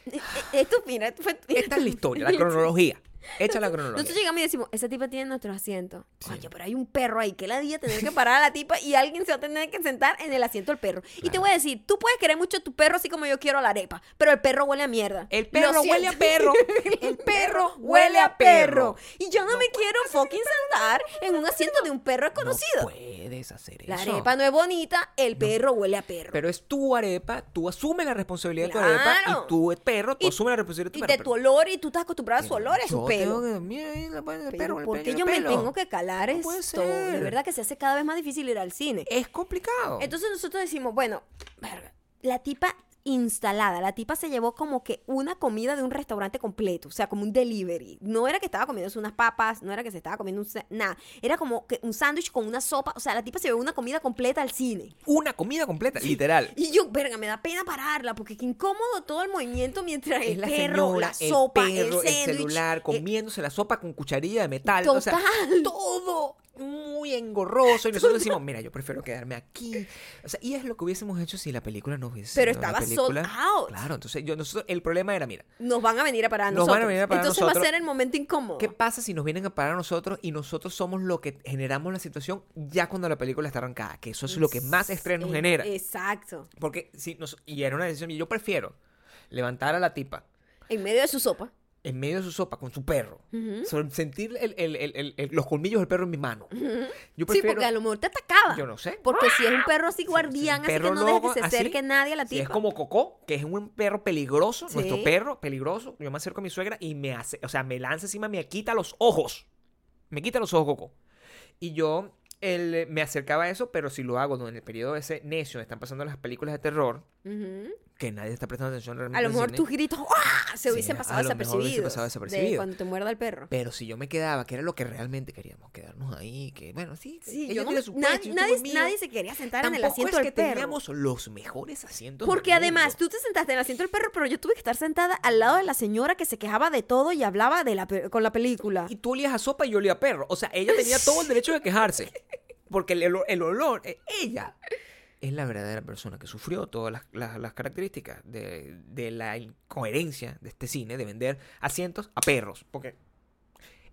A: Eh, Esto, mira, esto fue.
B: Esta es la historia, la cronología. Echa la cronología.
A: Nosotros llegamos y decimos, esa tipa tiene nuestros asientos. Coño, pero hay un perro ahí, que la día tener que parar a la tipa y alguien se va a tener que sentar en el asiento del perro. Y te voy a decir, tú puedes querer mucho a tu perro así como yo quiero a la arepa, pero el perro huele a mierda.
B: El
A: Lo
B: perro huele a
A: siento.
B: perro.
A: El perro huele a perro. Y yo no, me quiero fucking sentar en un asiento de un perro
B: No
A: desconocido.
B: puedes hacer eso.
A: la arepa no es bonita, el perro huele a perro.
B: Pero es tu arepa, tú asumes la responsabilidad de tu
A: Claro.
B: arepa y tú, el perro, tú
A: Y-
B: asumes la responsabilidad de
A: y
B: tu
A: de
B: perro.
A: tu olor, y tú estás acostumbrado a su olor, a su pelo. Pero ¿por qué yo me tengo que calar
B: No puede
A: esto? De
B: ser.
A: verdad que se hace cada vez más difícil ir al cine.
B: Es complicado.
A: Entonces nosotros decimos, bueno, verga, la tipa instalada, la tipa se llevó como que una comida de un restaurante completo, o sea, como un delivery. No era que estaba comiéndose unas papas, no era que se estaba comiendo un sa- nada, era como que un sándwich con una sopa, o sea, la tipa se llevó una comida completa al cine.
B: Una comida completa, literal.
A: Y yo, verga, me da pena pararla porque qué incómodo todo el movimiento mientras el
B: es la
A: perro,
B: señora,
A: la sopa,
B: el perro, el,
A: sándwich,
B: celular,
A: eh,
B: comiéndose la sopa con cucharilla de metal. O sea,
A: Total.
B: todo muy engorroso. Y nosotros decimos, mira, yo prefiero quedarme aquí. O sea, y es lo que hubiésemos hecho si la película no hubiese
A: Pero
B: sido una
A: estaba sold
B: película-
A: out.
B: Claro, entonces yo, nosotros, el problema era, mira,
A: nos van a venir a parar a
B: Nos
A: nosotros.
B: van a venir a parar a
A: Entonces va a
B: nosotros.
A: ser el momento incómodo.
B: ¿qué pasa si nos vienen a parar a nosotros y nosotros somos lo que generamos la situación ya cuando la película está arrancada? Que eso es lo que más estrés nos
A: Eh,
B: genera.
A: Exacto.
B: Porque si nos, y era una decisión, y yo prefiero levantar a la tipa
A: En medio de su sopa.
B: en medio de su sopa con su perro.
A: Ujú.
B: Son- Sentir el- el- el- el- el- los colmillos del perro en mi mano. Yo
A: Sí,
B: prefiero.
A: porque a lo mejor te atacaba.
B: Yo no sé.
A: Porque si es un perro así guardián, así que
B: perro
A: no dejes
B: loco,
A: que se
B: así,
A: acerque nadie a la
B: si
A: tipa.
B: es como Cocó, que es un perro peligroso,
A: Sí.
B: nuestro perro peligroso. Yo me acerco a mi suegra y me hace, o sea, me lanza encima, me quita los ojos. Me quita los ojos, Cocó. Y yo él, me acercaba a eso, pero si lo hago ¿no? en el periodo ese necio, donde están pasando las películas de terror,
A: Ujú.
B: que nadie está prestando atención realmente.
A: A lo
B: al
A: mejor
B: cine.
A: tus gritos ¡ah! se
B: Sí,
A: hubiesen
B: a
A: pasado
B: lo mejor
A: desapercibidos.
B: hubiese pasado
A: De
B: desapercibido.
A: cuando te muerda el perro.
B: Pero si yo me quedaba, que era lo que realmente queríamos, quedarnos ahí, que bueno, sí,
A: Sí,
B: ella
A: yo no
B: tiene
A: me-
B: su
A: na-
B: pecho, yo
A: nadie,
B: tengo el mío.
A: nadie se quería sentar en el
B: Tampoco
A: asiento
B: es
A: del
B: que
A: perro.
B: teníamos los mejores asientos del
A: Porque además
B: mundo.
A: tú te sentaste en el asiento del perro, pero yo tuve que estar sentada al lado de la señora que se quejaba de todo y hablaba de la pe- con la película.
B: Y tú olías a sopa y yo olía a perro. O sea, ella tenía todo el derecho de quejarse. Porque el, olo- el olor, eh, ella es la verdadera persona que sufrió todas las, las- las características de, de la incoherencia de este cine, de vender asientos a perros. Porque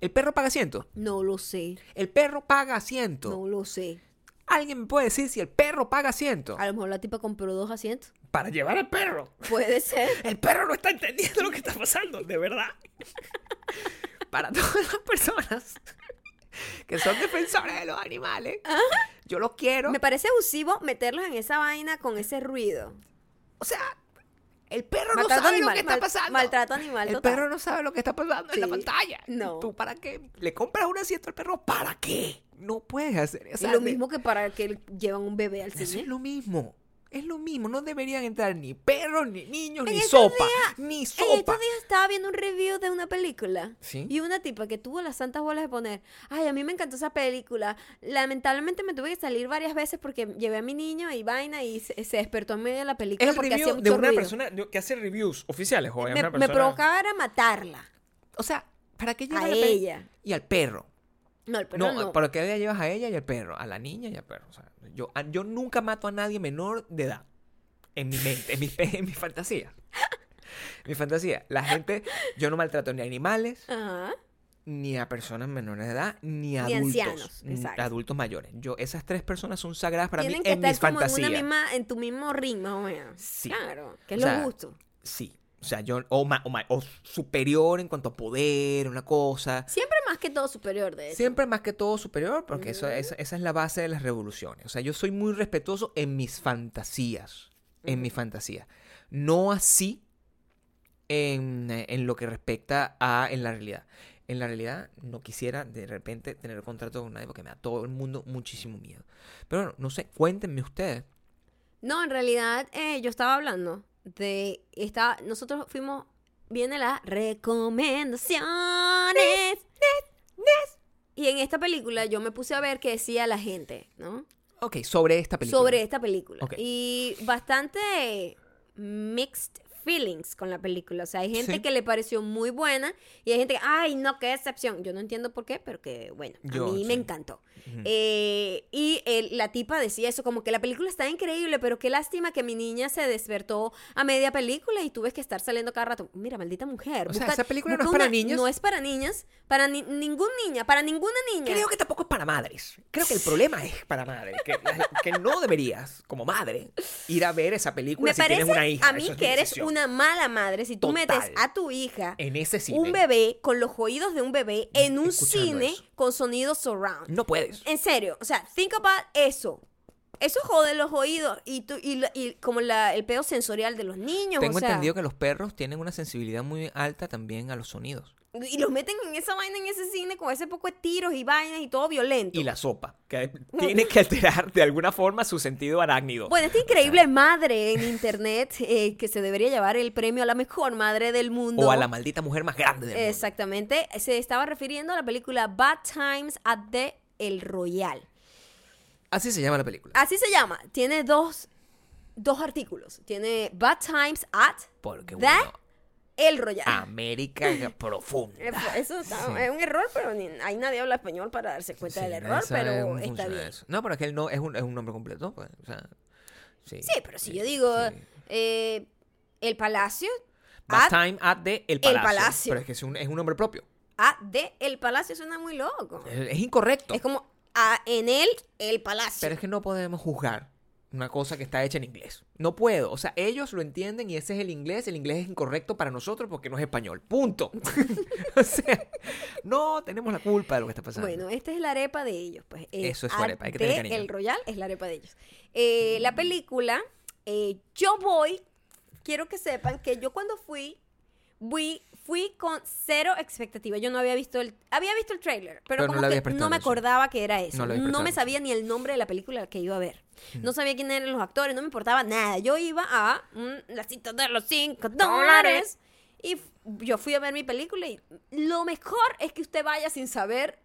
B: el perro paga asiento.
A: No lo sé,
B: El perro paga asiento.
A: no lo sé.
B: ¿Alguien me puede decir si el perro paga asiento?
A: A lo mejor la tipa compró dos asientos.
B: Para llevar al perro.
A: Puede ser.
B: El perro no está entendiendo lo que está pasando, de verdad. Para todas las personas que son defensores de los animales, yo los quiero.
A: Me parece abusivo meterlos en esa vaina con ese ruido.
B: O sea, el perro no
A: Maltrato
B: sabe lo
A: animal,
B: que está
A: mal-
B: pasando.
A: maltrato animal
B: El
A: total.
B: perro no sabe lo que está pasando en la
A: Sí.
B: pantalla.
A: No.
B: ¿Tú para qué? ¿Le compras un asiento al perro? ¿Para qué? No puedes hacer eso.
A: y lo mismo que para que llevan un bebé al
B: Eso
A: cine.
B: es lo mismo. es lo mismo. No deberían entrar ni perros, ni niños,
A: En
B: ni
A: estos
B: sopa. ni
A: En
B: sopa.
A: estos días estaba viendo un review de una película.
B: Sí.
A: Y una tipa que tuvo las santas bolas de poner, ay, a mí me encantó esa película. Lamentablemente me tuve que salir varias veces porque llevé a mi niño y vaina y se, se despertó en medio de la película
B: Es el
A: porque
B: review
A: hacía
B: de
A: mucho
B: una
A: ruido.
B: persona de- que hace reviews oficiales, joder.
A: me,
B: una
A: me
B: persona-
A: provocaba era matarla
B: O sea, ¿para qué llevas
A: a
B: la pe-
A: ella.
B: Y al perro.
A: No, el perro
B: no,
A: no.
B: ¿para qué día llevas a ella y al perro? A la niña y al perro. O sea, yo, a- yo nunca mato a nadie menor de edad. En mi mente, en mi, en mi fantasía. Mi fantasía. La gente, yo no maltrato ni a animales,
A: Ajá.
B: ni a personas menores de edad, ni a
A: Ni
B: adultos.
A: ancianos,
B: ni
A: exacto.
B: adultos mayores. Yo, esas tres personas son sagradas para
A: Tienen
B: mí
A: que
B: en mis
A: estar como en, una
B: fantasías.
A: misma, en tu mismo ring, más o menos.
B: Sí.
A: Claro, que
B: O
A: es
B: sea,
A: lo justo.
B: Sí. O sea, yo, o, ma- o, ma- o superior en cuanto a poder, una cosa.
A: Siempre más que todo superior, de hecho.
B: Siempre más que todo superior, porque eso, esa, esa es la base de las revoluciones. O sea, yo soy muy respetuoso en mis fantasías. En mis fantasías. No así en, eh, en lo que respecta a en la realidad. En la realidad no quisiera de repente tener contrato con nadie porque me da todo el mundo muchísimo miedo. Pero bueno, no sé, cuéntenme ustedes.
A: No, en realidad eh, yo estaba hablando de esta. Nosotros fuimos. Viene las recomendaciones. Y en esta película yo me puse a ver qué decía la gente, ¿no?
B: Ok, sobre esta película.
A: Sobre esta película.
B: Ok.
A: Y bastante mixed feelings con la película. O sea, hay gente
B: Sí.
A: que le pareció muy buena y hay gente que, ay, no, qué decepción. Yo no entiendo por qué, pero que bueno, a
B: Yo,
A: mí me
B: sí.
A: encantó.
B: Ujú.
A: Eh, y el- la tipa decía eso, como que la película está increíble, pero qué lástima que mi niña se despertó a media película y tuve que estar saliendo cada rato. Mira, maldita mujer.
B: O sea,
A: busca-
B: esa película no
A: busca
B: es para
A: una-
B: niños.
A: No es para niñas, para ni- ningún niña, para ninguna niña.
B: Creo que tampoco es para madres. Creo que el problema es para madres. Que, que no deberías, como madre, ir a ver esa película
A: Me
B: si
A: parece
B: tienes una hija.
A: a mí
B: Eso es mi
A: que eres
B: decisión.
A: una mala madre si tú
B: Total.
A: metes a tu hija,
B: En ese cine.
A: un bebé, con los oídos de un bebé, en un
B: Escuchando
A: cine
B: eso.
A: con sonido surround.
B: No puedes.
A: En serio, o sea, think about eso. Eso jode los oídos y, tú, y, la- y como la- el pedo sensorial de los niños.
B: Tengo
A: o sea,
B: entendido que los perros tienen una sensibilidad muy alta también a los sonidos.
A: Y los meten en esa vaina, en ese cine, con ese poco de tiros y vainas y todo violento.
B: Y la sopa. Que tiene que alterar de alguna forma su sentido arácnido.
A: Bueno, esta increíble madre en internet eh, que se debería llevar el premio a la mejor madre del mundo.
B: O a la maldita mujer más grande del mundo.
A: Exactamente. Se estaba refiriendo a la película Bad Times at the El Royal.
B: Así se llama la película.
A: Así se llama. Tiene dos, dos artículos. Tiene Bad Times at
B: Porque
A: the
B: bueno,
A: El Royal.
B: América profunda.
A: Eh, pues, Eso está-
B: Ah, Sí.
A: es un error, pero ni- ahí nadie habla español para darse cuenta
B: Sí,
A: del
B: nadie
A: error,
B: sabe
A: pero
B: cómo
A: está
B: funciona
A: bien.
B: eso. No, pero es que él no es un, es un nombre completo. pues, o sea, sí,
A: Sí, pero si yo digo
B: sí.
A: eh, El Palacio,
B: Bad
A: at-
B: Time at the El
A: El
B: Palacio.
A: Palacio.
B: Pero es que es un, es un nombre propio.
A: at the El Palacio suena muy loco.
B: Es, es incorrecto.
A: Es como a- en él, El Palacio.
B: Pero es que no podemos juzgar una cosa que está hecha en inglés. No puedo. O sea, ellos lo entienden y ese es el inglés. El inglés es incorrecto para nosotros porque no es español. Punto. o sea, no tenemos la culpa de lo que está pasando.
A: Bueno, esta es la arepa de ellos, pues. Eh,
B: Eso es su arepa, hay que
A: de
B: tener cariño.
A: El Royal es la arepa de ellos. Eh, La película, eh, yo voy, quiero que sepan que yo cuando fui, fui, fui con cero expectativa. Yo no había visto el, había visto el trailer, pero,
B: Pero no
A: como
B: le
A: que
B: habías prestado
A: no me
B: atención.
A: acordaba que era eso.
B: No Mm. le habías
A: No,
B: prestado
A: me sabía ni el nombre de la película que iba a ver. No sabía quién eran los actores, no me importaba nada. Yo iba a mm, la cita de los cinco dólares. Y f- yo fui a ver mi película y lo mejor es que usted vaya sin saber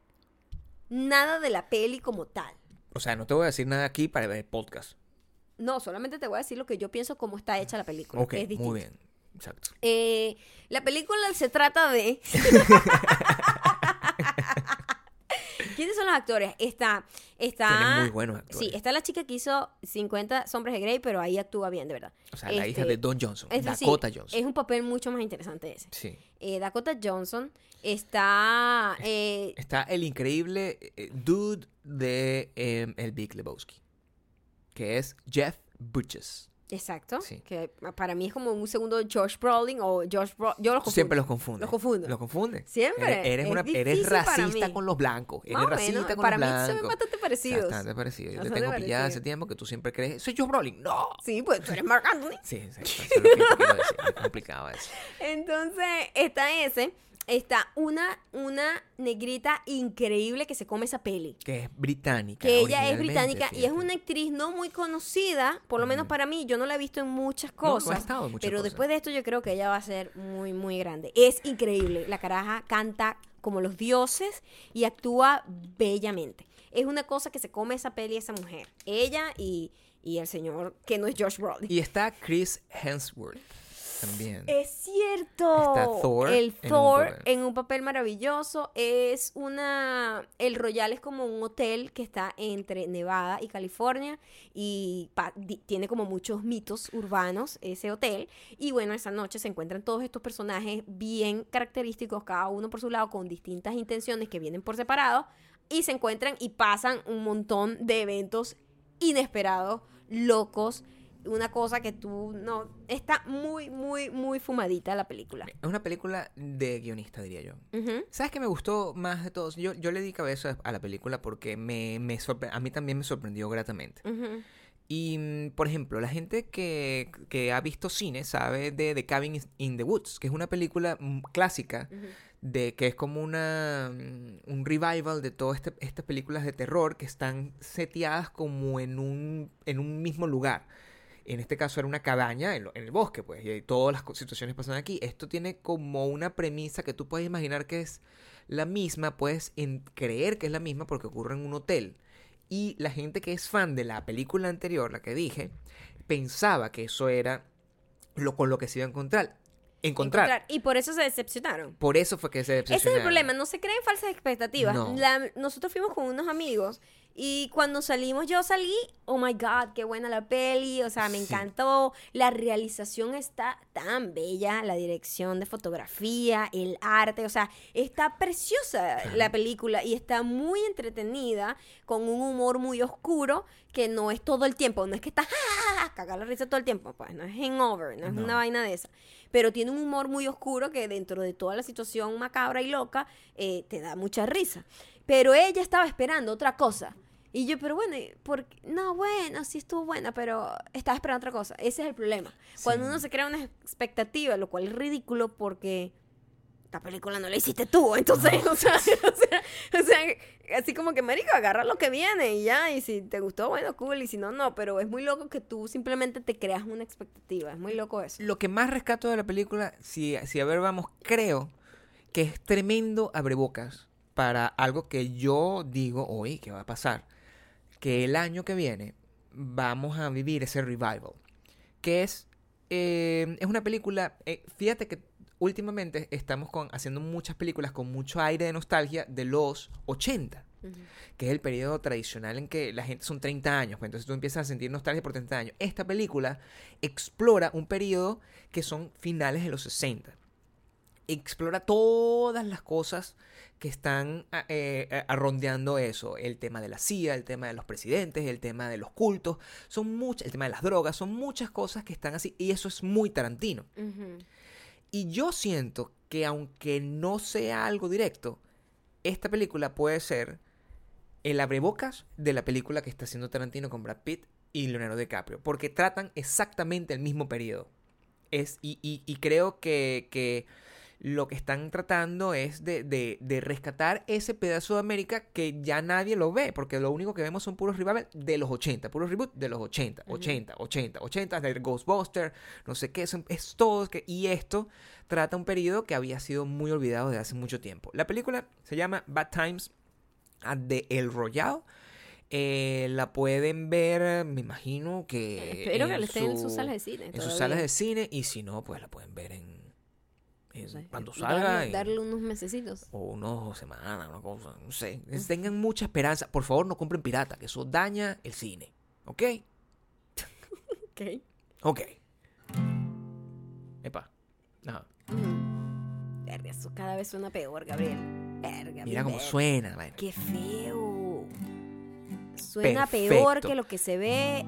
A: nada de la peli como tal.
B: O sea, no te voy a decir nada aquí para ver el podcast.
A: No, solamente te voy a decir lo que yo pienso cómo está hecha la película.
B: Ok,
A: que es distinto.
B: muy bien. Exacto.
A: Eh, la película se trata de... ¿Quiénes son los actores? Está, está...
B: Tienen muy buenos actores.
A: Sí, está la chica que hizo 50 sombras de Grey, pero ahí actúa bien, de verdad.
B: O sea, la hija de Don Johnson.
A: decir,
B: Dakota Johnson.
A: Este, Es un papel mucho más interesante ese.
B: Sí.
A: Eh, Dakota Johnson está... eh,
B: Está el increíble eh, dude de eh, El Big Lebowski, que es Jeff Bridges.
A: Exacto.
B: Sí.
A: Que para mí es como un segundo George Brolin o George Bro- Yo los confundo.
B: Siempre los confunde.
A: Los confundo.
B: Los confunde.
A: Siempre.
B: Eres, eres
A: Es
B: una- eres
A: difícil para mí.
B: racista con los blancos. Eres
A: Más o
B: racista
A: menos.
B: con
A: Para
B: los
A: mí
B: blancos.
A: son bastante parecidos.
B: Bastante parecidos. Yo te
A: Bastante
B: tengo pillada
A: parecidos.
B: hace tiempo que tú siempre crees. Soy yo Brolin. No.
A: Sí, pues tú eres Mark Anthony.
B: Sí, sí. Eso es lo que te quiero decir. Es complicado eso.
A: Entonces, está ese. está una, una negrita increíble que se come esa peli.
B: Que es británica.
A: Que ella es
B: originalmente,
A: británica y es
B: fíjate.
A: una actriz no muy conocida, por lo menos
B: Ujú.
A: para mí. Yo no la he visto en muchas
B: No, no ha
A: cosas.
B: estado en muchas
A: pero
B: cosas.
A: después de esto yo creo que ella va a ser muy, muy grande. Es increíble. La caraja canta como los dioses y actúa bellamente. Es una cosa que se come esa peli esa mujer. Ella y, y el señor que no es Josh Brolin.
B: Y está Chris Hemsworth también.
A: Es cierto.
B: Está Thor
A: el
B: en un
A: Thor
B: papel.
A: en un papel maravilloso. Es una. El Royal es como un hotel que está entre Nevada y California. Y pa- di- tiene como muchos mitos urbanos ese hotel. Y bueno, esa noche se encuentran todos estos personajes bien característicos, cada uno por su lado, con distintas intenciones que vienen por separado. Y se encuentran y pasan un montón de eventos inesperados, locos. Una cosa que tú no. Está muy, muy, muy fumadita la película.
B: Es una película de guionista, diría yo.
A: Ujú.
B: ¿Sabes qué me gustó más de todos? Yo, yo le di cabeza a la película porque me, me sorpre- a mí también me sorprendió gratamente.
A: Ujú.
B: Y, mm, por ejemplo, la gente que, que ha visto cine sabe de The Cabin is- in the Woods, que es una película mm, clásica de que es como una mm, un revival de todas este- estas películas de terror que están seteadas como en un, en un mismo lugar. En este caso era una cabaña en, lo- en el bosque, pues, y ahí todas las co- situaciones pasan aquí. Esto tiene como una premisa que tú puedes imaginar que es la misma, puedes en- creer que es la misma porque ocurre en un hotel. Y la gente que es fan de la película anterior, la que dije, pensaba que eso era lo con lo que se iba a encontrar. Encontrar.
A: Encontrar. Y por eso se decepcionaron.
B: Por eso fue que se
A: Ese es el
B: decepcionaron.
A: problema, no se creen falsas expectativas.
B: No.
A: La- nosotros fuimos con unos amigos y cuando salimos yo salí, oh my god, qué buena la peli, o sea, me
B: Sí.
A: encantó, la realización está tan bella, la dirección de fotografía, el arte, o sea, está preciosa la película y está muy entretenida con un humor muy oscuro que no es todo el tiempo, no es que está ¡Ah! cagar la risa todo el tiempo, pues no es hangover, no es
B: No.
A: una vaina de esa. Pero tiene un humor muy oscuro que dentro de toda la situación macabra y loca eh, te da mucha risa. Pero ella estaba esperando otra cosa. Y yo, pero bueno, ¿y ¿por qué? no, bueno, sí estuvo buena, pero estaba esperando otra cosa. Ese es el problema. Cuando
B: Sí.
A: uno se crea una expectativa, lo cual es ridículo porque esta película no la hiciste tú, entonces, o, sea, o sea, o sea, así como que, marico, agarra lo que viene y ya, y si te gustó, bueno, cool, y si no, no, pero es muy loco que tú simplemente te creas una expectativa, es muy loco eso.
B: Lo que más rescato de la película, si, si a ver vamos, creo que es tremendo abrebocas para algo que yo digo hoy que va a pasar. Que el año que viene vamos a vivir ese revival. Que es, eh, es una película, eh, fíjate que últimamente estamos con, haciendo muchas películas con mucho aire de nostalgia de los 80. que es el periodo tradicional en que la gente son 30 años, pues, entonces tú empiezas a sentir nostalgia por 30 años. Esta película explora un periodo que son finales de los 60. Explora todas las cosas que están a- eh, a- arrondeando eso. El tema de la CIA, el tema de los presidentes, el tema de los cultos, son muchas, el tema de las drogas, son muchas cosas que están así. Y eso es muy tarantino.
A: Ujú.
B: Y yo siento que aunque no sea algo directo, esta película puede ser el abrebocas de la película que está haciendo Tarantino con Brad Pitt y Leonardo DiCaprio, porque tratan exactamente el mismo periodo. Es, y, y- y creo que, que lo que están tratando es de, de- de rescatar ese pedazo de América que ya nadie lo ve, porque lo único que vemos son puros revivals de los 80, puros reboot de los 80,
A: Ujú.
B: 80, 80, 80, de Ghostbuster, no sé qué, son- es todo. Que, y esto trata un periodo que había sido muy olvidado desde hace mucho tiempo. La película se llama Bad Times at the El Royale. Eh, la pueden ver, me imagino que.
A: Espero que
B: en
A: lo estén en sus
B: su-
A: salas de cine.
B: en sus
A: todavía.
B: salas de cine y si no, pues la pueden ver en, en
A: O sea,
B: cuando
A: darle-
B: salga en-
A: Darle, unos mesecitos.
B: o unos semanas, una cosa, no sé. Es- Tengan mucha esperanza, por favor, no compren pirata, que eso daña el cine, ¿ok?
A: Ok.
B: Ok. Epa. Ajá.
A: Ujú. Verga, eso cada vez suena peor, Gabriel. Verga,
B: Mira
A: mi
B: cómo
A: verga.
B: suena, vaina.
A: Qué feo. Suena
B: Perfecto.
A: peor que lo que se ve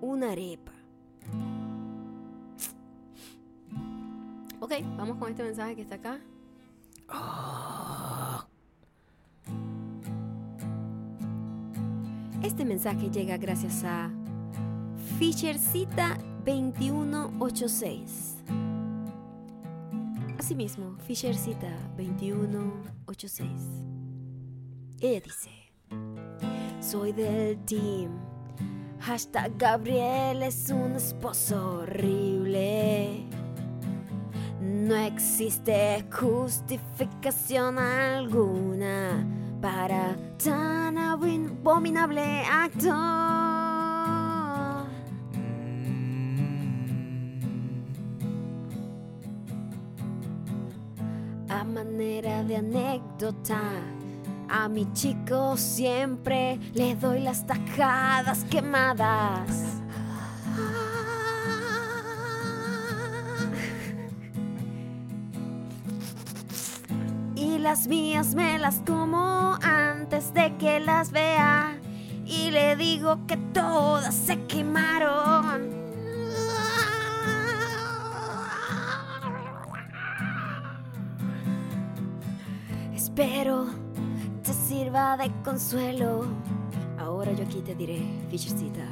A: una arepa. Ok, vamos con este mensaje que está acá. Oh. Este mensaje llega gracias a Fishercita 2186. Asimismo, Fisher cita 2186. Ella dice, soy del team. Hashtag Gabriel es un esposo horrible. No existe justificación alguna para tan abominable acto. A manera de anécdota, a mi chico siempre le doy las tajadas quemadas. Y las mías me las como antes de que las vea. Y le digo que todas se quemaron. Espero te sirva de consuelo. Ahora yo aquí te diré, Fishercita,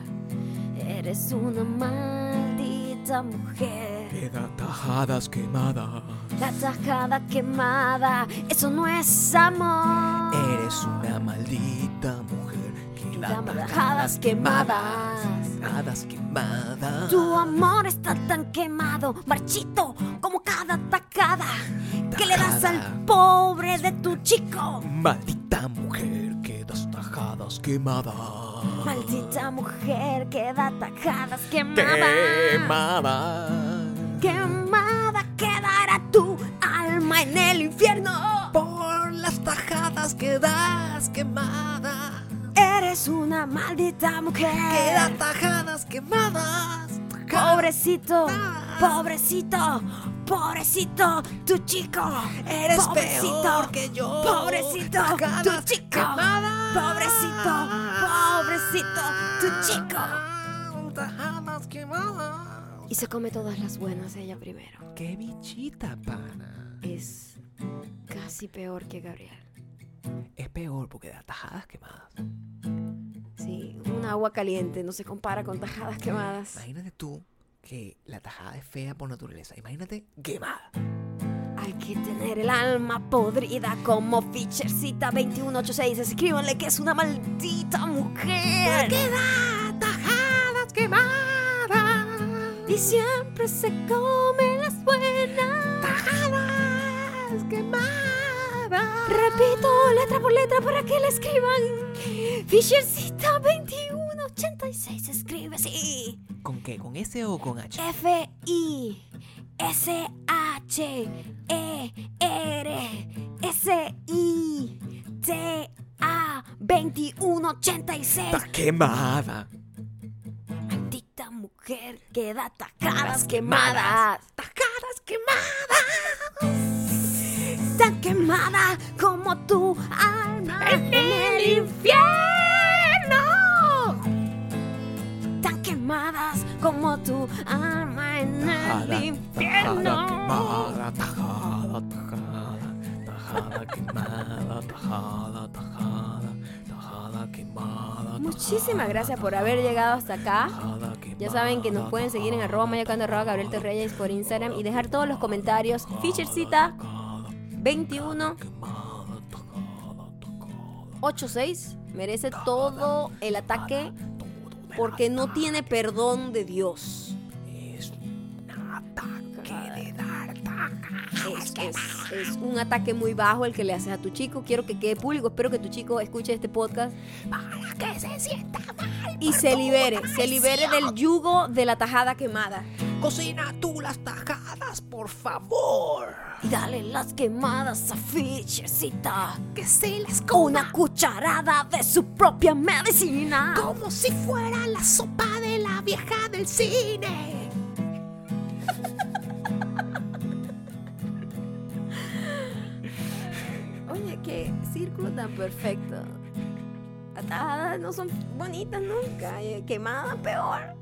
A: eres una maldita mujer.
B: Queda tajadas quemadas.
A: La tajada quemada, eso no es amor.
B: Eres una maldita mujer. Queda
A: Quedan tajadas quemadas.
B: Tajadas quemadas.
A: Tu amor está tan quemado, marchito, como cada tajada que le das al
B: Tajada.
A: pobre de tu chico.
B: Maldita mujer, quedas tajadas quemadas.
A: Maldita mujer, queda tajadas quemadas.
B: Quemadas.
A: Quemada quedará tu alma en el infierno.
B: Por las tajadas quedas quemadas.
A: Eres una maldita mujer.
B: Quedas tajadas quemadas. Tajadas
A: Pobrecito, pobrecito, pobrecito, tu chico.
B: Eres
A: pobrecito,
B: peor que yo.
A: Pobrecito, tu
B: Tajadas
A: chico.
B: quemadas.
A: Pobrecito, pobrecito, tu chico.
B: Tajadas quemadas.
A: Y se come todas las buenas ella primero.
B: Qué bichita, pana.
A: Es casi peor que Gabriel.
B: Es peor porque da tajadas quemadas.
A: Sí, un agua caliente no se compara con tajadas quemadas.
B: Imagínate tú que la tajada es fea por naturaleza. Imagínate quemada.
A: Hay que tener el alma podrida como Fishercita 2186. Escríbanle que es una maldita mujer.
B: Queda tajadas quemadas.
A: Y siempre se come las buenas.
B: Tajadas quemadas.
A: Repito letra por letra para que le escriban. Fishercita 2186. Escribe sí.
B: ¿Con qué? ¿Con S o con H?
A: F I S H E R S I T A 2186.
B: quemada.
A: Maldita mujer que da tajadas quemadas. Tajadas quemadas. Tan quemada como tu alma en el infierno. Tan quemadas como tu alma en el infierno.
B: Tajada, tajada, tajada. Tajada quemada, tajada, tajada. Tajada quemada.
A: Muchísimas gracias por haber llegado hasta acá. Ya saben que nos pueden seguir en arroba mayocando arroba Gabriel Torreyes por Instagram y dejar todos los comentarios. Fishercita 2186 merece todo el ataque porque no tiene perdón de Dios.
B: Es un ataque de dar
A: Es, es- es un ataque muy bajo el que le haces a tu chico. Quiero que quede público. Espero que tu chico escuche este podcast
B: Para que se sienta mal.
A: y se libere. Se libere del yugo de la tajada quemada.
B: ah, Cocina tú las tajadas, por favor.
A: Y dale las quemadas a Fishercita.
B: Que se las
A: una cucharada de su propia medicina.
B: como si fuera la sopa de la vieja del cine.
A: Oye, qué círculo tan perfecto. Atajadas no son bonitas nunca, eh, quemadas peor.